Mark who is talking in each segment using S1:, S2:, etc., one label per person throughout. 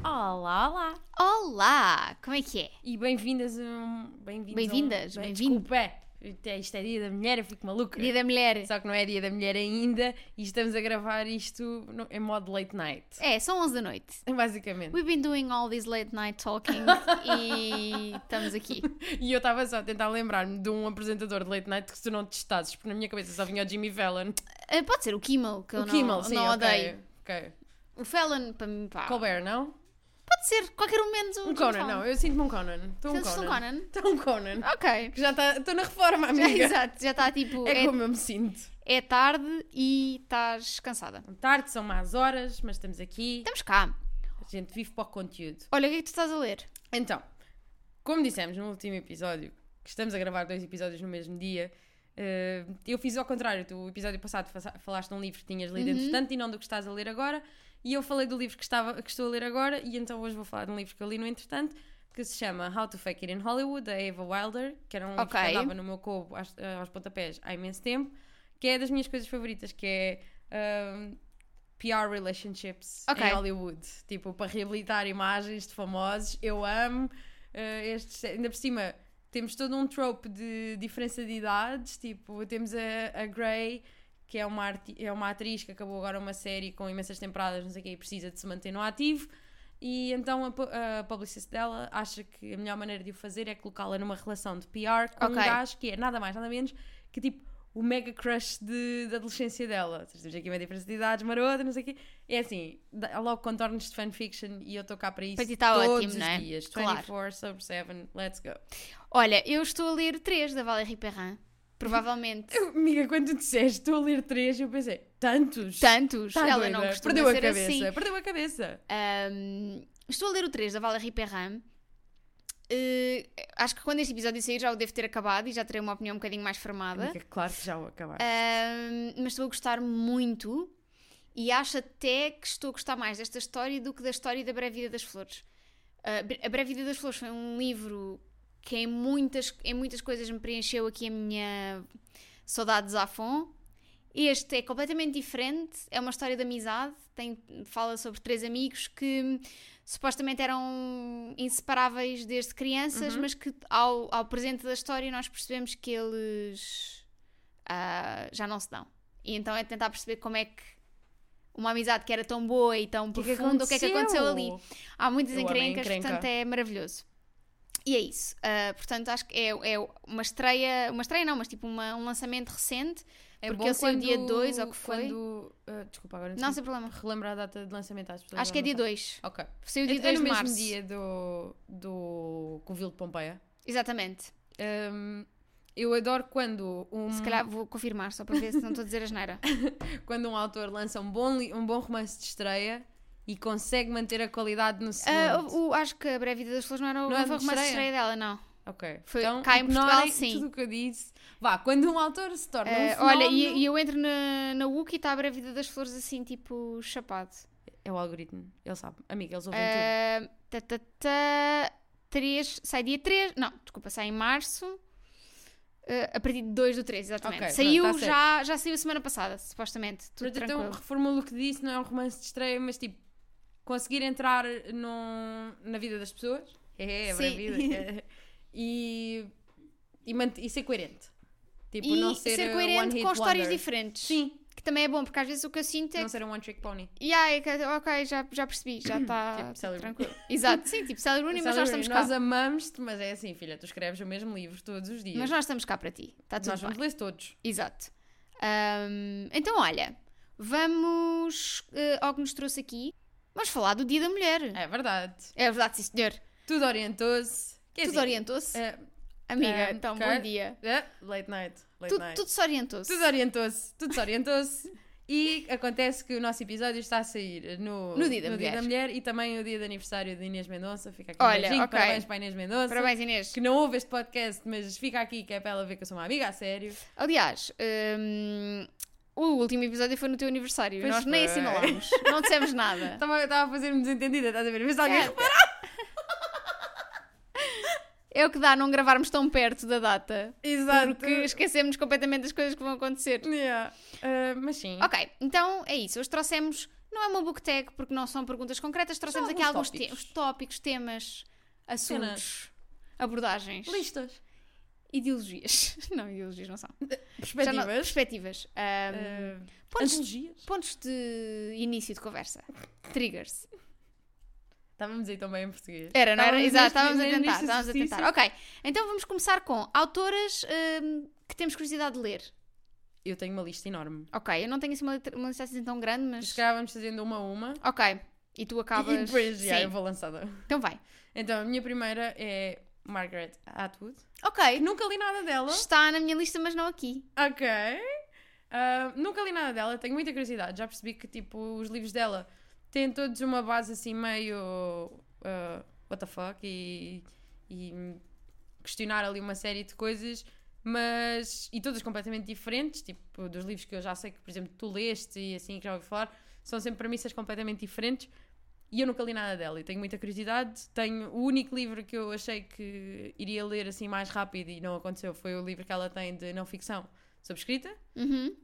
S1: Olá, olá!
S2: Olá! Como é que é?
S1: E bem-vindas a um. Bem-vindos
S2: Bem-vindas,
S1: a um... bem-
S2: bem-vindo.
S1: Desculpa, é, isto é dia da mulher, eu fico maluca.
S2: Dia da mulher.
S1: Só que não é dia da mulher ainda e estamos a gravar isto no- em modo late night.
S2: É, são 11 da noite.
S1: Basicamente.
S2: We've been doing all this late night talking e estamos aqui.
S1: E eu estava só a tentar lembrar-me de um apresentador de late night que tu não testasses, porque na minha cabeça só vinha o Jimmy Fallon.
S2: Ah, pode ser o Kimmel, que eu
S1: o
S2: não,
S1: Kimmel, sim,
S2: não
S1: ok,
S2: odeio. Ah.
S1: ok.
S2: O Fallon, para mim, pá.
S1: Colbert, não?
S2: Pode ser, qualquer momento.
S1: Um Conan, não. Eu sinto-me um Conan. Estou um
S2: Sentes-te um
S1: Conan.
S2: Conan?
S1: Estou um Conan.
S2: Ok.
S1: Que já está... Estou na reforma,
S2: Já,
S1: amiga.
S2: exato, já está tipo.
S1: É
S2: É,
S1: como eu me sinto.
S2: é tarde e estás cansada.
S1: Tarde, são más horas, mas estamos aqui.
S2: Estamos cá.
S1: A gente vive para o conteúdo.
S2: Olha, o que é que tu estás a ler?
S1: Então, como dissemos no último episódio, que estamos a gravar dois episódios no mesmo dia, eh, eu fiz ao contrário. Tu, o episódio passado, fa- falaste de um livro que tinhas lido entretanto e não do que estás a ler agora. E eu falei do livro que, estava, que estou a ler agora, e então hoje vou falar de um livro que eu li no entretanto, que se chama How to Fake It in Hollywood, da Eva Wilder, que era um livro
S2: Ok.
S1: que andava no meu corpo aos, aos pontapés há imenso tempo, que é das minhas coisas favoritas, que é... ah, PR relationships
S2: Ok.
S1: em Hollywood. Tipo, para reabilitar imagens de famosos. Eu amo eh, estes. Ainda por cima, temos todo um trope de diferença de idades. Tipo, temos a, a Grey, que é uma, arti- é uma atriz que acabou agora uma série com imensas temporadas, não sei o quê, e precisa de se manter no ativo. E então a, pu- a publicist dela acha que a melhor maneira de o fazer é colocá-la numa relação de PR com um
S2: Ok.
S1: gajo que é nada mais, nada menos que tipo o mega crush de, da adolescência dela. Ou seja, Temos aqui uma diferença de idades marota, não sei o quê. É assim, dá logo contornos de fanfiction e eu estou cá para isso
S2: Para ti tá
S1: todos
S2: ótimo,
S1: os
S2: não é?
S1: dias.
S2: Claro.
S1: 24 sobre 7, let's go.
S2: Olha, eu estou a ler três da Valérie Perrin. Provavelmente.
S1: Eu, amiga, quando tu disseste, estou a ler três, eu pensei, tantos?
S2: Tantos.
S1: Tá
S2: Ela
S1: doida.
S2: não costuma
S1: Perdeu a
S2: ser
S1: cabeça,
S2: assim.
S1: perdeu a cabeça.
S2: Um, estou a ler o 3 da Valérie Perrin. Uh, acho que quando este episódio sair já o devo ter acabado e já terei uma opinião um bocadinho mais formada.
S1: Amiga, claro que já vou acabar.
S2: Um, mas estou a gostar muito e acho até que estou a gostar mais desta história do que da história da Breve Vida das Flores. Uh, Bre- a Breve Vida das Flores foi um livro que em muitas, em muitas coisas me preencheu aqui a minha saudade de Zafon. Este é completamente diferente, é uma história de amizade, tem, fala sobre três amigos que supostamente eram inseparáveis desde crianças,
S1: Uhum.
S2: mas que ao, ao presente da história nós percebemos que eles ah, já não se dão. E então é tentar perceber como é que uma amizade que era tão boa e tão
S1: O que é que
S2: profunda, o que é que aconteceu ali? Há muitas
S1: Eu amo a
S2: encrencas,
S1: encrenca.
S2: portanto é maravilhoso. E é isso. Ah, portanto, acho que é, é uma estreia, uma estreia não, mas tipo uma- um lançamento recente.
S1: É
S2: Porque
S1: bom
S2: ele saiu dia
S1: quando-
S2: 2 ou que foi.
S1: Quando, ah, desculpa, agora sei
S2: Não, sem problema.
S1: relembrar a data de lançamento às pessoas.
S2: Acho que é
S1: não
S2: dia
S1: sabem.
S2: 2.
S1: Ok.
S2: Saiu dia
S1: é, é
S2: 2
S1: no
S2: de
S1: mesmo
S2: março.
S1: dia do, do Covil de Pompeia.
S2: Exatamente.
S1: Hum, eu adoro quando um,
S2: Se calhar vou confirmar só para ver se não estou a dizer a geneira.
S1: quando um autor lança um bom, li- um bom romance de estreia e consegue manter a qualidade
S2: Ah,
S1: no segundo.
S2: acho que a breve vida das flores não era o
S1: Não
S2: não
S1: é
S2: foi
S1: de
S2: o romance de
S1: estreia?
S2: estreia dela, não.
S1: Ok.
S2: Foi-
S1: então,
S2: cá em
S1: ignorem
S2: Portugal, sim.
S1: tudo o que eu disse. Vá, quando um autor se torna um
S2: Ah,
S1: fenómeno...
S2: olha, e, e eu entro na, na Wiki e está a breve vida das flores assim, tipo, chapado.
S1: É o algoritmo, ele sabe. Amiga, eles ouvem tudo.
S2: Ah, tá, tá, tá, três- sai dia 3. Não, desculpa, sai em março. ah, a partir de 2 do 3, exatamente.
S1: Ok,
S2: saiu
S1: pronto, tá
S2: já, já saiu semana passada, supostamente. Tudo
S1: Pronto,
S2: tranquilo.
S1: então reformulo o que disse, não é um romance de estreia, mas tipo, conseguir entrar num- na vida das pessoas. É, é, a
S2: Sim.
S1: vida. é. E, e, mant- e ser coerente. Tipo,
S2: e
S1: não ser, uh, one
S2: coerente
S1: hit
S2: com histórias
S1: wonder.
S2: diferentes.
S1: Sim,
S2: Que também é bom, porque às vezes o que eu sinto é
S1: não ser um one trick pony.
S2: E aí, que- ok, já, já percebi, já está
S1: Tipo Sally Rooney.
S2: tranquilo. Exato, sim, tipo Sally Rooney, mas
S1: Sabe,
S2: nós estamos cá.
S1: nós amamos-te, mas é assim, filha, tu escreves o mesmo livro todos os dias.
S2: Mas nós estamos cá para ti, está tudo
S1: nós
S2: bem.
S1: vamos ler todos.
S2: Exato. Ahm, então, olha, vamos eh, ao que nos trouxe aqui. Vamos falar do Dia da Mulher. É,
S1: É verdade.
S2: verdade, sim, senhor.
S1: Tudo orientou-se. Quer
S2: tudo
S1: dizer,
S2: orientou-se.
S1: eh,
S2: Amiga,
S1: ah,
S2: então,
S1: ok.
S2: bom dia.
S1: eh, late night. Late
S2: Tu,
S1: night.
S2: tudo se orientou-se.
S1: Tudo orientou-se, tudo se orientou-se. e acontece que o nosso episódio está a sair no,
S2: No Dia da Mulher.
S1: e também o dia de aniversário de Inês Mendonça. Fica aqui
S2: Olha,
S1: um beijinho,
S2: ok.
S1: parabéns para a Inês Mendonça.
S2: Parabéns, Inês.
S1: Que não ouve este podcast, mas fica aqui que é para ela ver que eu sou uma amiga a sério.
S2: Aliás, ahm, o último episódio foi no teu aniversário.
S1: Pois
S2: nós nem
S1: foi.
S2: assinalámos. Não dissemos nada.
S1: Estava, estava a fazer-me desentendida, estás a ver? Mas alguém
S2: É. É o que dá não gravarmos tão perto da data.
S1: Exato.
S2: Porque esquecemos completamente das coisas que vão acontecer.
S1: Yeah. Ah, mas sim.
S2: Ok, então é isso. Hoje trouxemos Não é uma book tag, porque não são perguntas concretas, trouxemos aqui
S1: alguns
S2: alguns te-
S1: tópicos.
S2: os tópicos, temas, assuntos, abordagens,
S1: Listas.
S2: ideologias. Não, ideologias não são. Já não-
S1: Perspectivas.
S2: perspectivas. Ahm,
S1: eh,
S2: pontos,
S1: Analogias.
S2: pontos de início de conversa. Triggers.
S1: Estávamos aí também em português.
S2: Era, não era? Exato,
S1: neste-
S2: estávamos a
S1: neste
S2: tentar, estávamos a
S1: exercício.
S2: tentar. Ok, então vamos começar com autoras ahm, que temos curiosidade de ler.
S1: Eu tenho uma lista enorme.
S2: Ok, eu não tenho assim uma, letra- uma lista assim tão grande,
S1: Se
S2: mas.
S1: calhar vamos fazendo uma a uma.
S2: Ok, e tu acabas.
S1: E depois, já,
S2: Sim.
S1: eu vou lançada.
S2: Então vai.
S1: Então, a minha primeira é Margaret Atwood.
S2: Ok,
S1: Nunca li nada dela.
S2: Está na minha lista, mas não aqui.
S1: Ok. Ah, nunca li nada dela, tenho muita curiosidade. Já percebi que, tipo, os livros dela têm todos uma base assim meio. ah, what the fuck? E, e questionar ali uma série de coisas, mas. e todas completamente diferentes. Tipo, dos livros que eu já sei que, por exemplo, tu leste e assim que já ouvi falar, são sempre premissas completamente diferentes. E eu nunca li nada dela e tenho muita curiosidade. Tenho o único livro que eu achei que iria ler assim mais rápido e não aconteceu foi o livro que ela tem de não ficção sobre escrita.
S2: Uhum.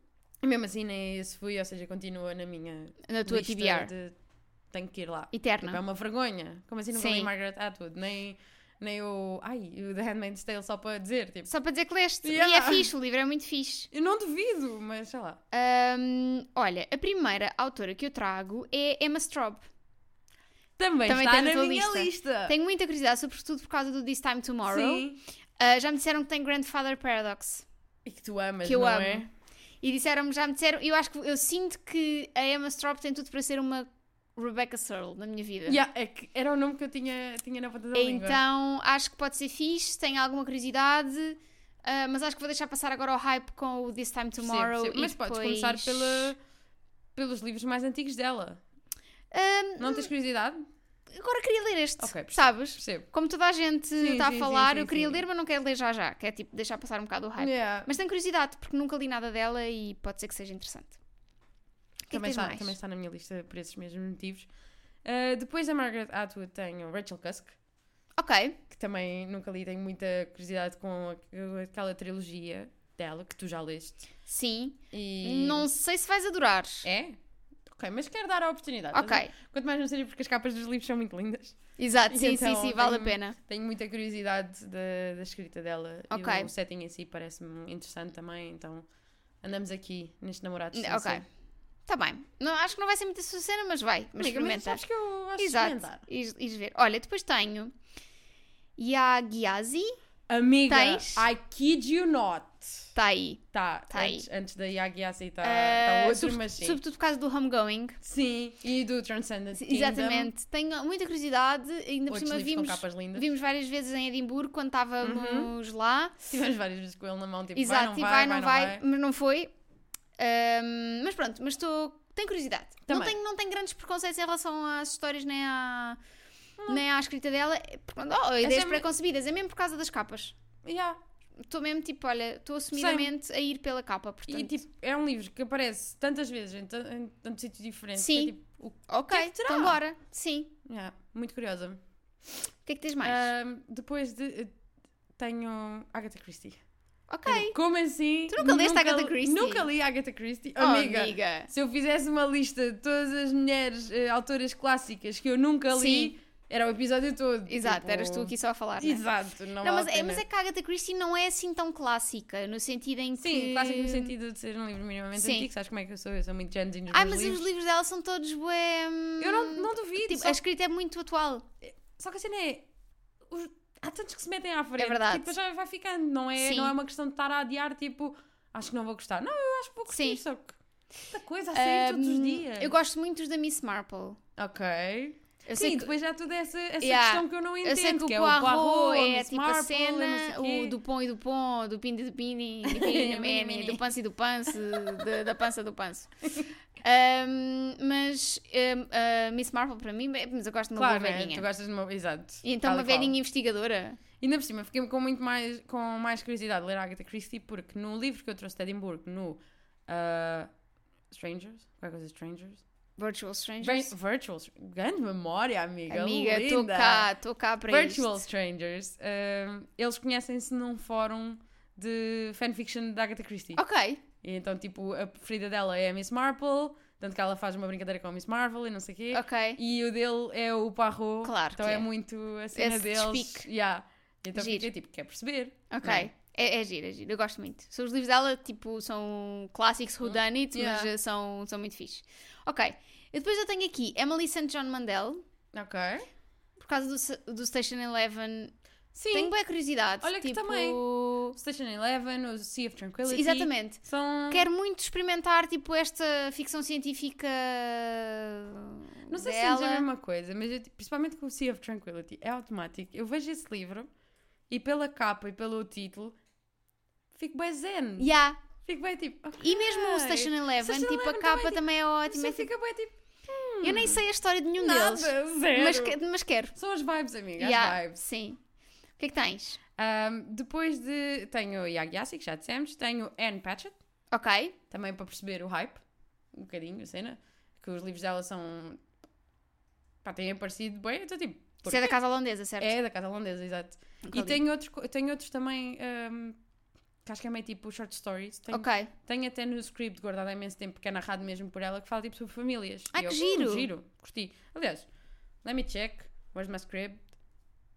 S1: E mesmo assim nem esse fui, ou seja, continua na minha
S2: Na tua
S1: lista
S2: TBR.
S1: de tenho que ir lá.
S2: Eterna.
S1: Tipo, é uma vergonha. Como assim nunca li
S2: Sim.
S1: Margaret Atwood? Nem, nem o. Ai, o The Handmaid's Tale só para dizer. Tipo,
S2: Só para dizer que leste. E é
S1: Yeah.
S2: fixe, o livro é muito fixe.
S1: eu não duvido, mas sei lá.
S2: Ahm, olha, a primeira autora que eu trago é Emma Straub.
S1: Também,
S2: Também
S1: está
S2: tem na
S1: na,
S2: tua
S1: minha
S2: lista.
S1: lista.
S2: Tenho muita curiosidade, sobretudo por causa do This Time Tomorrow.
S1: Sim.
S2: Ah, já me disseram que tem Grandfather Paradox,
S1: E que tu amas,
S2: que eu
S1: não
S2: amo.
S1: é?
S2: E disseram já me disseram, eu acho que eu sinto que a Emma Straub tem tudo para ser uma Rebecca Searle na minha vida.
S1: Yeah, é que era o nome que eu tinha, tinha na ponta da língua.
S2: Então acho que pode ser fixe, tenho alguma curiosidade, ah, mas acho que vou deixar passar agora o hype com o This Time
S1: Percebo,
S2: Tomorrow.
S1: percebo.
S2: e
S1: Mas podes
S2: depois-
S1: começar pela- pelos livros mais antigos dela.
S2: Ahm,
S1: Não tens curiosidade?
S2: Ah, agora queria ler este,
S1: Ok, percebo.
S2: sabes?
S1: Percebo.
S2: Como toda a gente
S1: Sim,
S2: está
S1: sim,
S2: a
S1: sim,
S2: falar,
S1: sim,
S2: eu queria
S1: sim.
S2: ler, mas não quero ler já já, que é tipo deixar passar um bocado o hype.
S1: Yeah.
S2: Mas tenho curiosidade, porque nunca li nada dela e pode ser que seja interessante. O que é que
S1: também,
S2: tens
S1: está,
S2: mais?
S1: também está na minha lista por esses mesmos motivos. Ah, depois da Margaret Atwood tenho Rachel Cusk,
S2: Ok,
S1: que também nunca li, tenho muita curiosidade com a- aquela trilogia dela que tu já leste.
S2: sim.
S1: E
S2: Não sei se vais adorar.
S1: é? Ok, mas é. quero dar a oportunidade.
S2: Ok,
S1: Quanto mais não seja porque as capas dos livros são muito lindas.
S2: exato, sim,
S1: Então,
S2: sim, sim, vale a
S1: tenho-
S2: pena.
S1: Tenho muita curiosidade da, da escrita dela.
S2: Ok.
S1: E o setting em si parece-me interessante também, então andamos aqui neste namorado. de
S2: Ok,
S1: estação.
S2: está Tá bem. Não, acho que não vai ser muito a sua cena, mas vai, mas
S1: Amiga, mas
S2: experimenta.
S1: sabes que eu acho
S2: Exato,
S1: experimentar.
S2: ires ires ver. Olha, depois tenho Yagiazi,
S1: Amiga,
S2: Tens?
S1: I kid you not.
S2: está aí.
S1: Tá,
S2: Tá aí.
S1: antes, antes da Yagi Yassi está
S2: Ah,
S1: tá outro,
S2: sob-
S1: mas sim.
S2: Sobretudo por causa do homegoing.
S1: Sim, e do Transcendent Kingdom.
S2: Exatamente. Tenho muita curiosidade, ainda por
S1: Outros
S2: cima
S1: livros
S2: vimos,
S1: com capas lindas.
S2: vimos várias vezes em Edimburgo quando estávamos lá.
S1: Tivemos várias vezes com ele na mão, tipo,
S2: Exato,
S1: vai, não vai, vai,
S2: e
S1: não vai.
S2: mas não foi. Ahm, mas pronto, mas estou. Tenho curiosidade. Não
S1: Também.
S2: tenho, não tenho grandes preconceitos em relação às histórias nem à, nem à escrita dela. Pronto, oh, ideias
S1: é me-
S2: preconcebidas, é mesmo por causa das capas.
S1: Yeah.
S2: Estou mesmo tipo, olha, estou assumidamente a ir pela capa, portanto.
S1: E tipo, é um livro que aparece tantas vezes em, tan- em tantos sítios diferentes. que é,
S2: Sim.
S1: tipo, o-
S2: ok,
S1: que é que terá?
S2: então bora. Sim.
S1: yeah, muito curiosa.
S2: O que é que tens mais?
S1: Ahm, depois de. eh, Tenho Agatha Christie.
S2: ok.
S1: Como assim?
S2: Tu nunca leste Agatha Christie?
S1: Nunca li Agatha Christie.
S2: Oh,
S1: amiga,
S2: amiga.
S1: Se eu fizesse uma lista de todas as mulheres eh, autoras clássicas que eu nunca li, era o episódio todo.
S2: Exato,
S1: tipo,
S2: eras tu aqui só a falar. né?
S1: Exato, não, vale
S2: Não, mas,
S1: a
S2: é,
S1: pena.
S2: mas é que a Agatha Christie não é assim tão clássica, no sentido em que.
S1: Sim, clássico no sentido de ser um livro minimamente
S2: Sim.
S1: antigo, sabes como é que eu sou? Eu sou muito Gen Z nos
S2: Ai,
S1: meus
S2: mas
S1: livros.
S2: os livros dela são todos bué. hum,
S1: Eu não, não duvido,
S2: tipo,
S1: só,
S2: a escrita é muito atual.
S1: só que a cena é... os- Há tantos que se metem à frente.
S2: verdade.
S1: Tipo, já vai ficando, não é,
S2: Sim.
S1: não é uma questão de estar a adiar, tipo, acho que não vou gostar. Não, eu acho que vou gostar,
S2: Sim.
S1: só que... Tanta coisa a sair todos os
S2: Hum,
S1: dias.
S2: Eu gosto muito dos da Miss Marple.
S1: Ok.
S2: Eu
S1: Sim,
S2: sei que,
S1: depois já há toda essa, essa
S2: Yeah.
S1: questão que eu não entendo,
S2: eu sei que o
S1: que é
S2: Poirot,
S1: o Poirot,
S2: é
S1: Miss
S2: tipo a
S1: Marple,
S2: cena,
S1: não sei
S2: o
S1: quê.
S2: do pão e do pão, do pin e do pini, do pini,
S1: Mini,
S2: do mini,
S1: mini.
S2: do panço e do panço, da- da pança do panço. Hum, mas hum, a Miss Marple para mim, mas eu gosto de uma
S1: Claro,
S2: boa
S1: né?
S2: velhinha.
S1: tu gostas de uma... Exato.
S2: E então
S1: Tal
S2: uma
S1: qual.
S2: velhinha investigadora.
S1: Ainda por cima, fiquei com muito mais, com mais curiosidade de ler Agatha Christie, porque no livro que eu trouxe de Edimburgo, no ah, Strangers, qualquer coisa Strangers,
S2: Virtual Strangers.
S1: Vir- Virtual Str- grande memória, amiga,
S2: Amiga, estou
S1: linda.
S2: cá, estou cá para
S1: Virtual
S2: isto.
S1: Strangers, ah, eles conhecem-se num fórum de fanfiction de Agatha Christie.
S2: Ok,
S1: E então, tipo, a preferida dela é a Miss Marple, Tanto que ela faz uma brincadeira com a Miss Marvel e não sei o quê.
S2: Ok.
S1: E o dele é o Parro.
S2: Claro
S1: Então
S2: que
S1: é.
S2: é.
S1: muito a cena
S2: Esse
S1: deles.
S2: despique.
S1: Yeah. Então
S2: Giro.
S1: fiquei tipo, quer perceber?
S2: Ok.
S1: não é?
S2: É, é giro, é giro. Eu gosto muito. São os livros dela, tipo, são clássicos who done it, mas
S1: Hum. Yeah.
S2: eh, são, são muito fixe. Ok. E depois eu tenho aqui Emily St. John Mandel,
S1: Ok.
S2: por causa do, S- do Station Eleven.
S1: Sim.
S2: Tenho boa curiosidade.
S1: Olha que
S2: tipo...
S1: também. O Station Eleven, o Sea of Tranquility.
S2: Exatamente.
S1: São.
S2: Quero muito experimentar, tipo, esta ficção científica.
S1: Não sei
S2: dela.
S1: se é a mesma coisa, mas eu, principalmente com o Sea of Tranquility, é automático. Eu vejo esse livro e pela capa e pelo título fico bem zen.
S2: Yeah.
S1: Fico bem tipo. ok.
S2: E mesmo o Station Eleven,
S1: Station
S2: tipo,
S1: Eleven
S2: a
S1: também,
S2: capa também,
S1: tipo, A
S2: é ótima.
S1: pessoa fica bem tipo.
S2: Eu nem sei a história de nenhum
S1: Nada,
S2: deles.
S1: zero.
S2: Mas, que- mas quero.
S1: São as vibes, amiga,
S2: Yeah,
S1: as vibes.
S2: Sim. O que é que tens?
S1: Ahm, depois de. Tenho Yag Yassi, que já dissemos. Tenho Anne Patchett,
S2: Ok.
S1: também para perceber o hype. Um bocadinho, a cena. Que os livros dela são. Pá, têm aparecido bem. Então, tipo.
S2: Isso é da
S1: porquê?
S2: casa holandesa, certo?
S1: É da casa holandesa, exato.
S2: Nunca
S1: E
S2: li.
S1: tem, outro, co- tem outros também. ahm, que acho que é meio tipo short stories. Tem,
S2: Ok.
S1: tem até no script guardado há imenso tempo, que é narrado mesmo por ela, que fala tipo sobre famílias.
S2: Ah,
S1: E eu,
S2: que
S1: "Hum,
S2: giro."
S1: giro, curti. Aliás, let me check. Where's my script?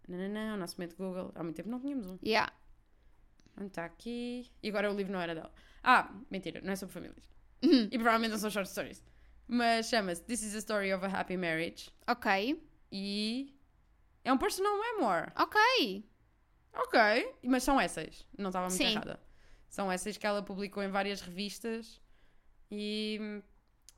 S1: Não, não, não, nosso momento Google. Há muito tempo não tínhamos um.
S2: Yeah.
S1: Onde está aqui? E agora o livro não era dela. Ah, mentira, não é sobre famílias.
S2: Uhum.
S1: E provavelmente não são short stories. Mas chama-se This is a Story of a Happy Marriage.
S2: Ok.
S1: E é um personal memoir.
S2: Ok.
S1: Ok, mas são essas. Não estava muito
S2: Sim.
S1: errada. São essas que ela publicou em várias revistas. E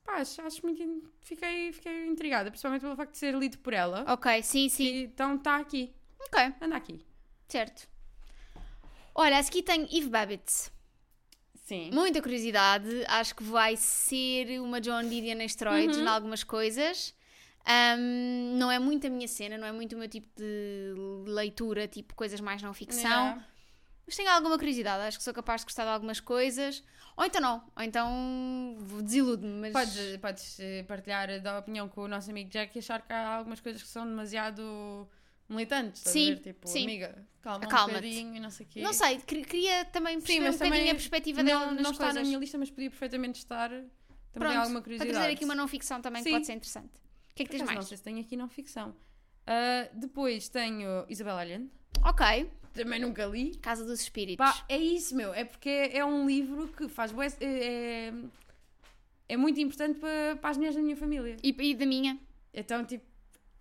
S1: pá, acho, acho muito. in- Fiquei, fiquei intrigada, principalmente pelo facto de ser lido por ela.
S2: Ok. Sim, sim.
S1: E, então está aqui.
S2: Ok.
S1: Anda aqui.
S2: Certo. Olha, aqui tenho Eve Babbitts.
S1: Sim.
S2: Muita curiosidade. Acho que vai ser uma John Didion em esteroides
S1: Uhum.
S2: em algumas coisas. Ahm, não é muito a minha cena, não é muito o meu tipo de leitura, tipo coisas mais não ficção.
S1: Yeah.
S2: Mas tenho alguma curiosidade, acho que sou capaz de gostar de algumas coisas. Ou então não, ou então desilude-me, mas.
S1: Podes, podes eh, partilhar da opinião com o nosso amigo Jack e achar que há algumas coisas que são demasiado militantes. estás a
S2: Sim,
S1: ver? tipo,
S2: sim.
S1: amiga, calma um
S2: Acalma-te.
S1: bocadinho e não sei o quê.
S2: Não sei, quer- queria também perceber um bocadinho a perspectiva
S1: não,
S2: dela
S1: não
S2: nas
S1: está
S2: coisas.
S1: na minha lista, mas podia perfeitamente estar. Também
S2: Pronto,
S1: há alguma
S2: para
S1: curiosidade.
S2: trazer aqui uma não ficção também
S1: Sim.
S2: que pode ser interessante. O que é que
S1: Por
S2: tens
S1: acaso, Não
S2: mais?
S1: sei se tenho aqui não ficção. Ah, depois tenho Isabel Allende.
S2: Ok,
S1: Também nunca li.
S2: Casa dos Espíritos.
S1: Pá, é isso, meu. É porque é, é um livro que faz. bué- É, é, é muito importante para, para as mulheres da minha família.
S2: E, e da minha?
S1: Então, tipo,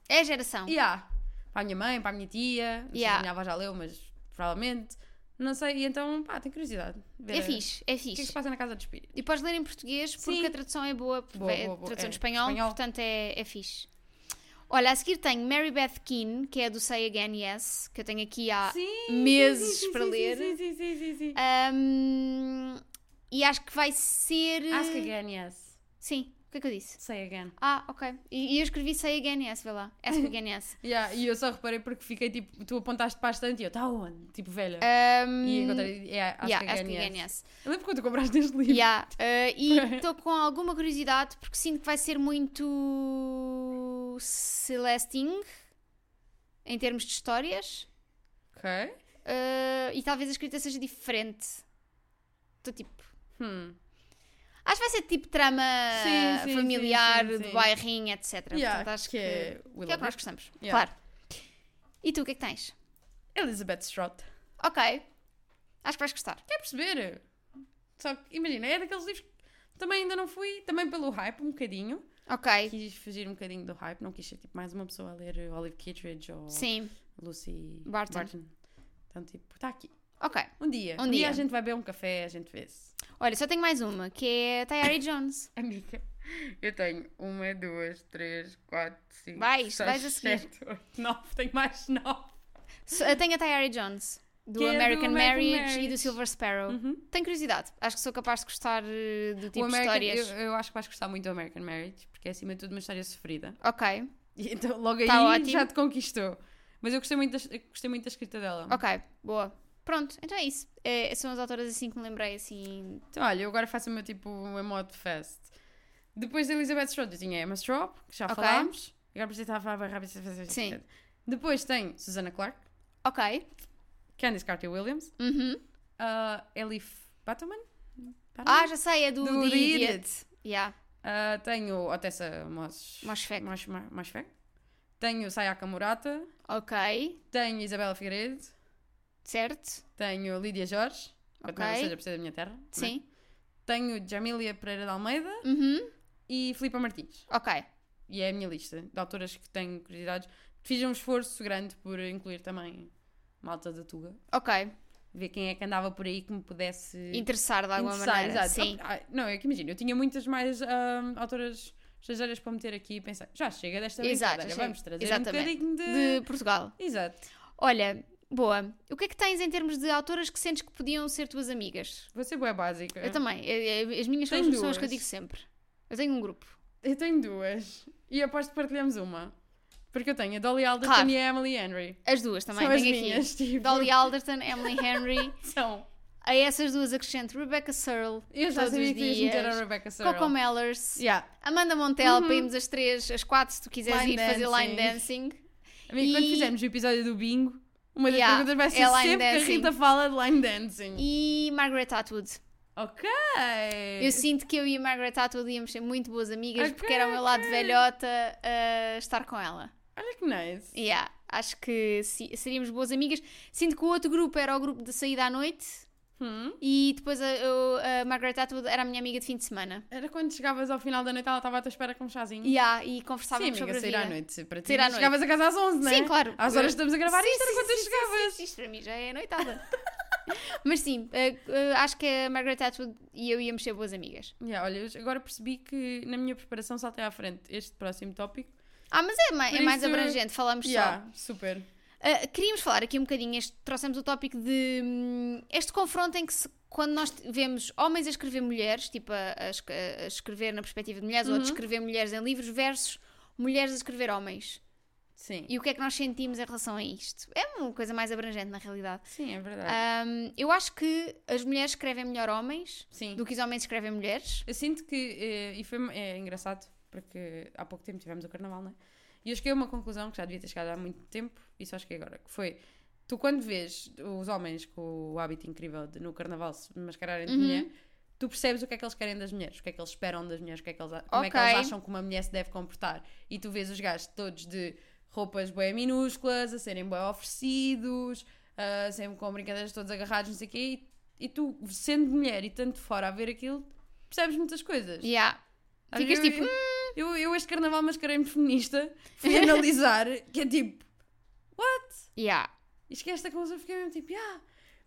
S2: É a geração.
S1: yeah. para a minha mãe, para a minha tia. Não sei se
S2: Yeah.
S1: a minha avó já leu, mas provavelmente. Não sei. E então, pá, tenho curiosidade. Ver
S2: É
S1: a-
S2: fixe, é
S1: O que é que
S2: fixe.
S1: se passa na casa dos espíritos?
S2: E podes ler em português porque
S1: Sim.
S2: a tradução é boa,
S1: Boa,
S2: é
S1: boa, boa,
S2: tradução
S1: é,
S2: de espanhol,
S1: espanhol.
S2: portanto é, é fixe. Olha, a seguir tenho Mary Beth Keane, que é do Say Again Yes, que eu tenho aqui há meses para ler.
S1: Sim, sim, sim, sim. sim.
S2: Ahm, e acho que vai ser.
S1: Ask again, yes.
S2: Sim, o que é que eu disse?
S1: Say again.
S2: Ah, ok. E, e eu escrevi Say Again Yes, vê lá. Ask Again Yes.
S1: Yeah, e eu só reparei porque fiquei tipo, tu apontaste para a estante e eu, está onde? Tipo, velha.
S2: Ahm,
S1: e encontrei, yeah, acho
S2: Hum, yeah,
S1: que é
S2: Ask
S1: GNS.
S2: Again Yes.
S1: Eu lembro quando tu compraste este livro.
S2: Yeah, uh, e estou com alguma curiosidade porque sinto que vai ser muito Celesting em termos de histórias
S1: Ok.
S2: uh, e talvez a escrita seja diferente. Estou tipo.
S1: Hum.
S2: Acho que vai ser tipo trama
S1: Sim, sim,
S2: familiar,
S1: sim, sim,
S2: de
S1: sim.
S2: bairrinho, etc.
S1: Yeah,
S2: Portanto, acho que,
S1: que é We
S2: que é o que
S1: Love
S2: nós
S1: It.
S2: gostamos.
S1: Yeah.
S2: Claro. E tu, o que é que tens?
S1: Elizabeth Strott.
S2: Ok. Acho que vais gostar.
S1: Quer perceber? Só que, imagina, é daqueles livros que também ainda não fui, também pelo hype, um bocadinho.
S2: Ok.
S1: Quis fugir um bocadinho do hype, não quis ser tipo mais uma pessoa a ler Olive Kittredge ou
S2: Sim.
S1: Lucy
S2: Barton.
S1: Então, tipo, está aqui.
S2: Ok.
S1: Um dia.
S2: Um
S1: Um, dia.
S2: dia.
S1: a gente vai beber um café, a gente vê-se.
S2: Olha, só tenho mais uma, que é Tayari Jones.
S1: Amiga, eu tenho uma, duas, três, quatro, cinco,
S2: Vais,
S1: seis,
S2: vais a seguir.
S1: sete, oito, nove, tenho mais nove.
S2: So, eu tenho a Tayari Jones, do
S1: Que é do
S2: American,
S1: American
S2: Marriage, e
S1: Marriage. Hum.
S2: do Silver Sparrow. Tenho curiosidade. Acho que sou capaz de gostar eh, do Uhum. tipo
S1: O
S2: de
S1: American-
S2: histórias.
S1: Eu, eu acho que vais gostar muito do American Marriage, porque é acima de tudo uma história sofrida.
S2: Ok,
S1: E então logo
S2: Tá
S1: aí
S2: ótimo.
S1: já te conquistou. Mas eu gostei muito da, eu gostei muito da escrita dela.
S2: ok, boa. Pronto, então é isso. Eh, são as autoras assim que me lembrei, assim.
S1: Então olha, eu agora faço o meu tipo emote fest. Depois da Elizabeth Strode, eu tinha Emma Straub, que já
S2: Ok.
S1: falámos. Agora precisa estar a falar bem rápido.
S2: Sim.
S1: Depois tem Susana Clark,
S2: Ok.
S1: Candice Carter-Williams,
S2: Uhum.
S1: uh, Elif Batuman?
S2: Ah, já sei, é do,
S1: Do
S2: The
S1: The
S2: Idiot.
S1: Idiot.
S2: Yeah.
S1: Ah, tenho Otessa Mos...
S2: Mosfeg.
S1: Mos- Mo- Mosfeg. Tenho Sayaka Murata.
S2: Ok,
S1: Tenho Isabela Figueiredo.
S2: certo?
S1: Tenho Lídia Jorge.
S2: Ok.
S1: Não seja por ser da minha terra. não é?
S2: Sim.
S1: Tenho Jamília Pereira de Almeida
S2: Uhum.
S1: e Filipa Martins.
S2: Ok.
S1: E é a minha lista de autoras que tenho curiosidades. Fiz um esforço grande por incluir também malta da Tuga.
S2: Ok.
S1: Ver quem é que andava por aí que me pudesse
S2: Interessar de alguma
S1: interessar,
S2: maneira.
S1: exato.
S2: Sim.
S1: Ah, não, é que imagino, eu tinha muitas mais ahm, autoras estrangeiras para meter aqui e pensar, já chega desta
S2: Exato,
S1: brincadeira,
S2: chega.
S1: vamos trazer
S2: Exatamente.
S1: um bocadinho de...
S2: De Portugal.
S1: Exato.
S2: Olha, boa. O que é que tens em termos de autoras que sentes que podiam ser tuas amigas?
S1: Vou ser boa básica.
S2: Eu também. Eu- eu- As minhas são as
S1: Tenho
S2: pessoas
S1: duas.
S2: que eu digo sempre. Eu tenho um grupo.
S1: Eu tenho duas. E aposto que partilhamos uma. Porque eu tenho a Dolly Alderton
S2: Claro.
S1: e a Emily Henry.
S2: As duas também.
S1: São as
S2: tenho aqui.
S1: minhas, tipo.
S2: Dolly Alderton, Emily Henry.
S1: São.
S2: A essas duas acrescento Rebecca Searle.
S1: Eu já
S2: todos
S1: sabia
S2: os
S1: que ias
S2: dias.
S1: meter a Rebecca Searle.
S2: Coco Mellers.
S1: Yeah. Uhum.
S2: Amanda Montel, para irmos as três, as quatro, se tu quiseres
S1: Line
S2: ir fazer line
S1: dancing.
S2: dancing.
S1: Amigo, quando
S2: E-
S1: fizermos o episódio do bingo, uma das
S2: Yeah,
S1: perguntas vai ser
S2: é line
S1: sempre que
S2: dancing.
S1: a Rita fala de line dancing.
S2: E Margaret Atwood.
S1: Ok.
S2: Eu sinto que eu e a Margaret Atwood íamos ser muito boas amigas,
S1: Ok,
S2: porque era o meu lado
S1: ok.
S2: velhota a estar com ela.
S1: Olha que nice.
S2: Yeah, acho que se- seríamos boas amigas. Sinto que o outro grupo era o grupo de saída à noite
S1: Hum.
S2: e depois a, eu- a Margaret Atwood era a minha amiga de fim de semana.
S1: Era quando chegavas ao final da noite, ela estava à tua espera com um chazinho.
S2: Yeah, e
S1: Sim,
S2: conversávamos
S1: amiga,
S2: sobre
S1: sair
S2: a
S1: à
S2: vida.
S1: noite. Para ti,
S2: Sair à noite.
S1: chegavas a casa às 11, não é?
S2: Sim, claro.
S1: Às horas que estamos a gravar
S2: Sim,
S1: isto, era
S2: sim,
S1: quando tu
S2: sim, sim,
S1: chegavas.
S2: sim, Isto para mim já é noitada. Mas sim, eh, eh, acho que a Margaret Atwood e eu íamos ser boas amigas.
S1: Yeah, olha, eu agora percebi que na minha preparação saltei à frente este próximo tópico.
S2: Ah, mas é, ma-
S1: Por
S2: é mais
S1: isso-
S2: abrangente, falamos só.
S1: Yeah, super.
S2: Uh, queríamos falar aqui um bocadinho, este- trouxemos o tópico de hum, este confronto em que se- quando nós t- vemos homens a escrever mulheres, tipo a, a es- a escrever na perspectiva de mulheres ou
S1: Uhum.
S2: a descrever mulheres em livros, versus mulheres a escrever homens.
S1: Sim.
S2: E o que é que nós sentimos em relação a isto? É uma coisa mais abrangente, na realidade.
S1: Sim, é verdade.
S2: Hum, eu acho que as mulheres escrevem melhor homens
S1: Sim.
S2: do que os homens escrevem mulheres.
S1: Eu sinto que, eh, e foi é engraçado, porque há pouco tempo tivemos o carnaval, não é? E eu cheguei a uma conclusão que já devia ter chegado há muito tempo, e só cheguei agora, que foi, tu quando vês os homens com o hábito incrível de no carnaval se mascararem de mulher, tu percebes o que é que eles querem das mulheres, o que é que eles esperam das mulheres, o que é que eles, a- como é que
S2: Ok.
S1: eles acham que uma mulher se deve comportar. E tu vês os gajos todos de roupas bem minúsculas, a serem bem oferecidos, ah, sempre com brincadeiras todos agarrados, não sei o quê, e, e tu, sendo mulher e tanto fora a ver aquilo, percebes muitas coisas.
S2: Yeah.
S1: Olha,
S2: Ficas
S1: eu-
S2: tipo, "Hum,
S1: Eu, eu, este carnaval mascarei-me feminista, fui analisar, que é tipo,
S2: "Hum?" yeah.
S1: isto que é esta coisa, eu fiquei mesmo tipo, ah.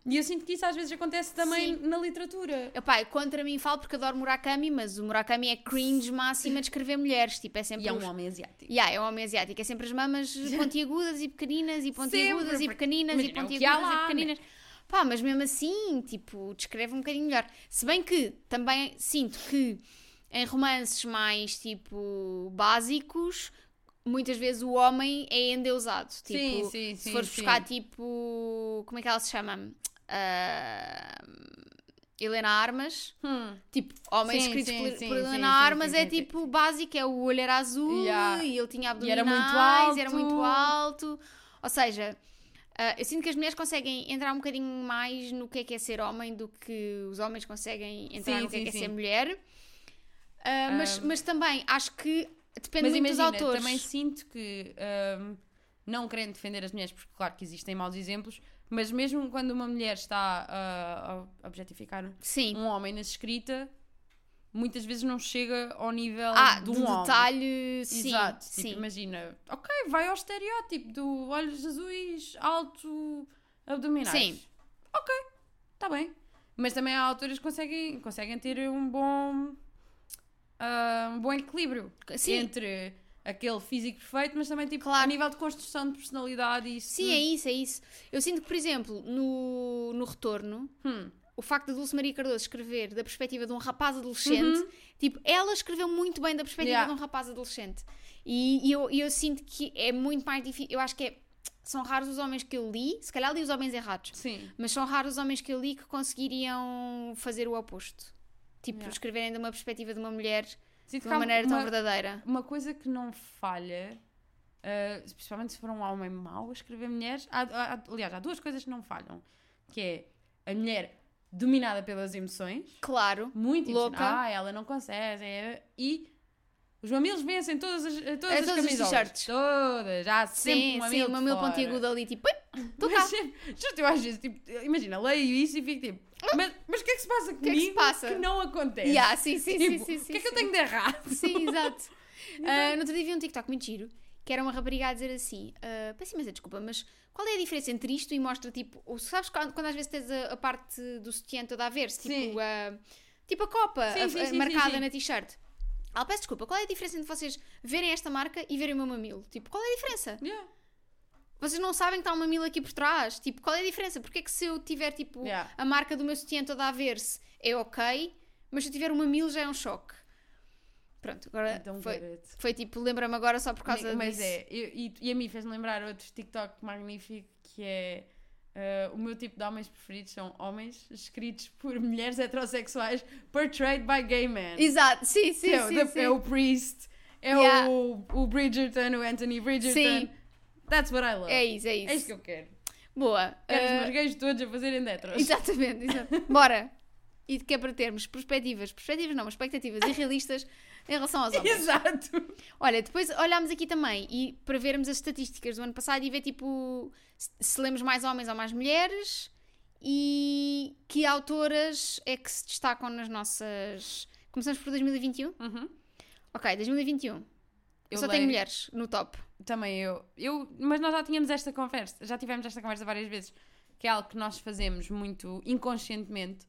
S1: E eu sinto que isso às vezes acontece também na literatura.
S2: Epá, eu contra mim falo porque adoro Murakami, mas o Murakami é cringe máxima de escrever mulheres. Tipo, é sempre
S1: E é
S2: os-
S1: um homem asiático.
S2: Yeah, é um homem asiático, é sempre as mamas pontiagudas e pequeninas e pontiagudas
S1: Sempre,
S2: e
S1: porque-
S2: pequeninas
S1: imagina, é
S2: e
S1: o que há
S2: pontiagudas
S1: lá, né?
S2: e pequeninas. Pá, mas mesmo assim, tipo, descreve um bocadinho melhor. Se bem que também sinto que em romances mais, tipo, básicos, muitas vezes o homem é endeusado. Tipo,
S1: Sim, sim,
S2: se
S1: sim,
S2: fores
S1: sim.
S2: buscar, tipo, como é que ela se chama? Ah, Helena Armas.
S1: Hum.
S2: Tipo, homens
S1: Sim,
S2: escritos
S1: sim,
S2: por,
S1: sim,
S2: por
S1: sim,
S2: Helena
S1: sim,
S2: Armas
S1: sim, sim,
S2: é tipo básico, é o olho era azul
S1: Yeah.
S2: e ele tinha
S1: E
S2: abdominais,
S1: era muito
S2: era
S1: alto.
S2: muito alto. Ou seja, ah, eu sinto que as mulheres conseguem entrar um bocadinho mais no que é que é ser homem do que os homens conseguem entrar
S1: Sim,
S2: no que é
S1: sim,
S2: que é
S1: sim.
S2: ser mulher. Ah, mas, mas também acho que depende
S1: Mas
S2: muito
S1: imagina,
S2: dos autores.
S1: também sinto que, hum, não querendo defender as mulheres, porque claro que existem maus exemplos, mas mesmo quando uma mulher está ah, a objetificar
S2: Sim.
S1: um homem na escrita, muitas vezes não chega ao nível
S2: Ah,
S1: de
S2: de
S1: um homem.
S2: detalhe, sim.
S1: Exato, tipo,
S2: sim.
S1: imagina, ok, vai ao estereótipo do olhos azuis, alto, abdominais.
S2: Sim.
S1: Ok, está bem. Mas também há autores que conseguem, conseguem ter um bom, ah, um bom equilíbrio
S2: Sim.
S1: entre aquele físico perfeito, mas também tipo,
S2: Claro.
S1: a nível de construção de personalidade e isso.
S2: Sim, é isso, é isso. Eu sinto que, por exemplo, no, no retorno,
S1: Hum.
S2: o facto da Dulce Maria Cardoso escrever da perspectiva de um rapaz adolescente, tipo, ela escreveu muito bem da perspectiva
S1: Uhum. Yeah.
S2: de um rapaz adolescente. E, e eu, e eu sinto que é muito mais difícil. Eu acho que é- são raros os homens que eu li, se calhar li os homens errados,
S1: Sim.
S2: mas são raros os homens que eu li que conseguiriam fazer o oposto. Tipo,
S1: Yeah.
S2: escreverem de uma perspectiva de uma mulher
S1: Sinto
S2: de
S1: há
S2: uma maneira tão
S1: uma-
S2: verdadeira.
S1: Uma coisa que não falha, ah, principalmente se for um homem mau a escrever mulheres, há, há- aliás, há duas coisas que não falham, que é a mulher dominada pelas emoções,
S2: Claro.
S1: muito
S2: Louca.
S1: emocionada. Ah, ela não consegue. é- E os mamilos vencem todas as, eh, todas
S2: É,
S1: as
S2: todos os
S1: camisolas.
S2: t-shirts.
S1: Todas. Há sempre
S2: sim,
S1: um
S2: sim,
S1: mamilo
S2: o
S1: de
S2: mamilo
S1: fora.
S2: pontiagudo ali, tipo, "Ui, tô cá.
S1: Mas sempre- Justo, eu às vezes, tipo, imagina, leio isso e fico tipo, mas, mas o que é que se passa comigo
S2: Ah! que é que se passa?
S1: não acontece?
S2: Yeah, sim, sim,
S1: Tipo,
S2: sim, sim,
S1: o que
S2: sim,
S1: é que Então. eu
S2: sim.
S1: tenho de errado?
S2: Sim, exato. Ah, no outro dia vi um TikTok muito giro, que era uma rapariga a dizer assim: ah, peço imensa desculpa, mas qual é a diferença entre isto e mostra tipo. o- Sabes quando, quando às vezes tens a, a parte do sutiã toda a ver-se,
S1: Sim.
S2: tipo, a, tipo a copa
S1: Sim,
S2: a-
S1: sim,
S2: a-
S1: sim, sim,
S2: marcada
S1: sim.
S2: na t-shirt? Ela peço desculpa, qual é a diferença entre vocês verem esta marca e verem o meu mamilo? Tipo, qual é a diferença?
S1: Yeah.
S2: Vocês não sabem que está um mamilo aqui por trás? Tipo, qual é a diferença? Porque é que se eu tiver tipo
S1: Yeah.
S2: a marca do meu sutiã toda a ver-se é ok, mas se eu tiver um mamilo já é um choque? Pronto, agora
S1: Então,
S2: Ah, foi,
S1: garete.
S2: foi tipo, lembra-me agora só por causa
S1: Mas
S2: disso.
S1: é, eu- e, e a mim fez-me lembrar outro TikTok magnífico que é. eh, o meu tipo de homens preferidos são homens escritos por mulheres heterossexuais portrayed by gay men.
S2: Exato, sim, sim,
S1: é, o-
S2: sim,
S1: da-
S2: sim.
S1: é o Priest, é
S2: Yeah.
S1: o, o Bridgerton, o Anthony Bridgerton.
S2: Sim.
S1: That's what I love.
S2: É isso, é
S1: É isso
S2: isso.
S1: que eu quero.
S2: Boa.
S1: Quero os
S2: Ah,
S1: meus gays todos a fazerem detras.
S2: exatamente, exato. Bora. E que é para termos perspectivas, perspectivas não, mas expectativas irrealistas em relação aos homens.
S1: Exato.
S2: Olha, depois olhámos aqui também e para vermos as estatísticas do ano passado e ver tipo se- se lemos mais homens ou mais mulheres e que autoras é que se destacam nas nossas. Começamos por 2021? Ok, 2021. Eu,
S1: Eu
S2: só
S1: leio-
S2: tenho mulheres no top.
S1: Também eu. eu. Mas nós já tínhamos esta conversa, já tivemos esta conversa várias vezes, que é algo que nós fazemos muito inconscientemente,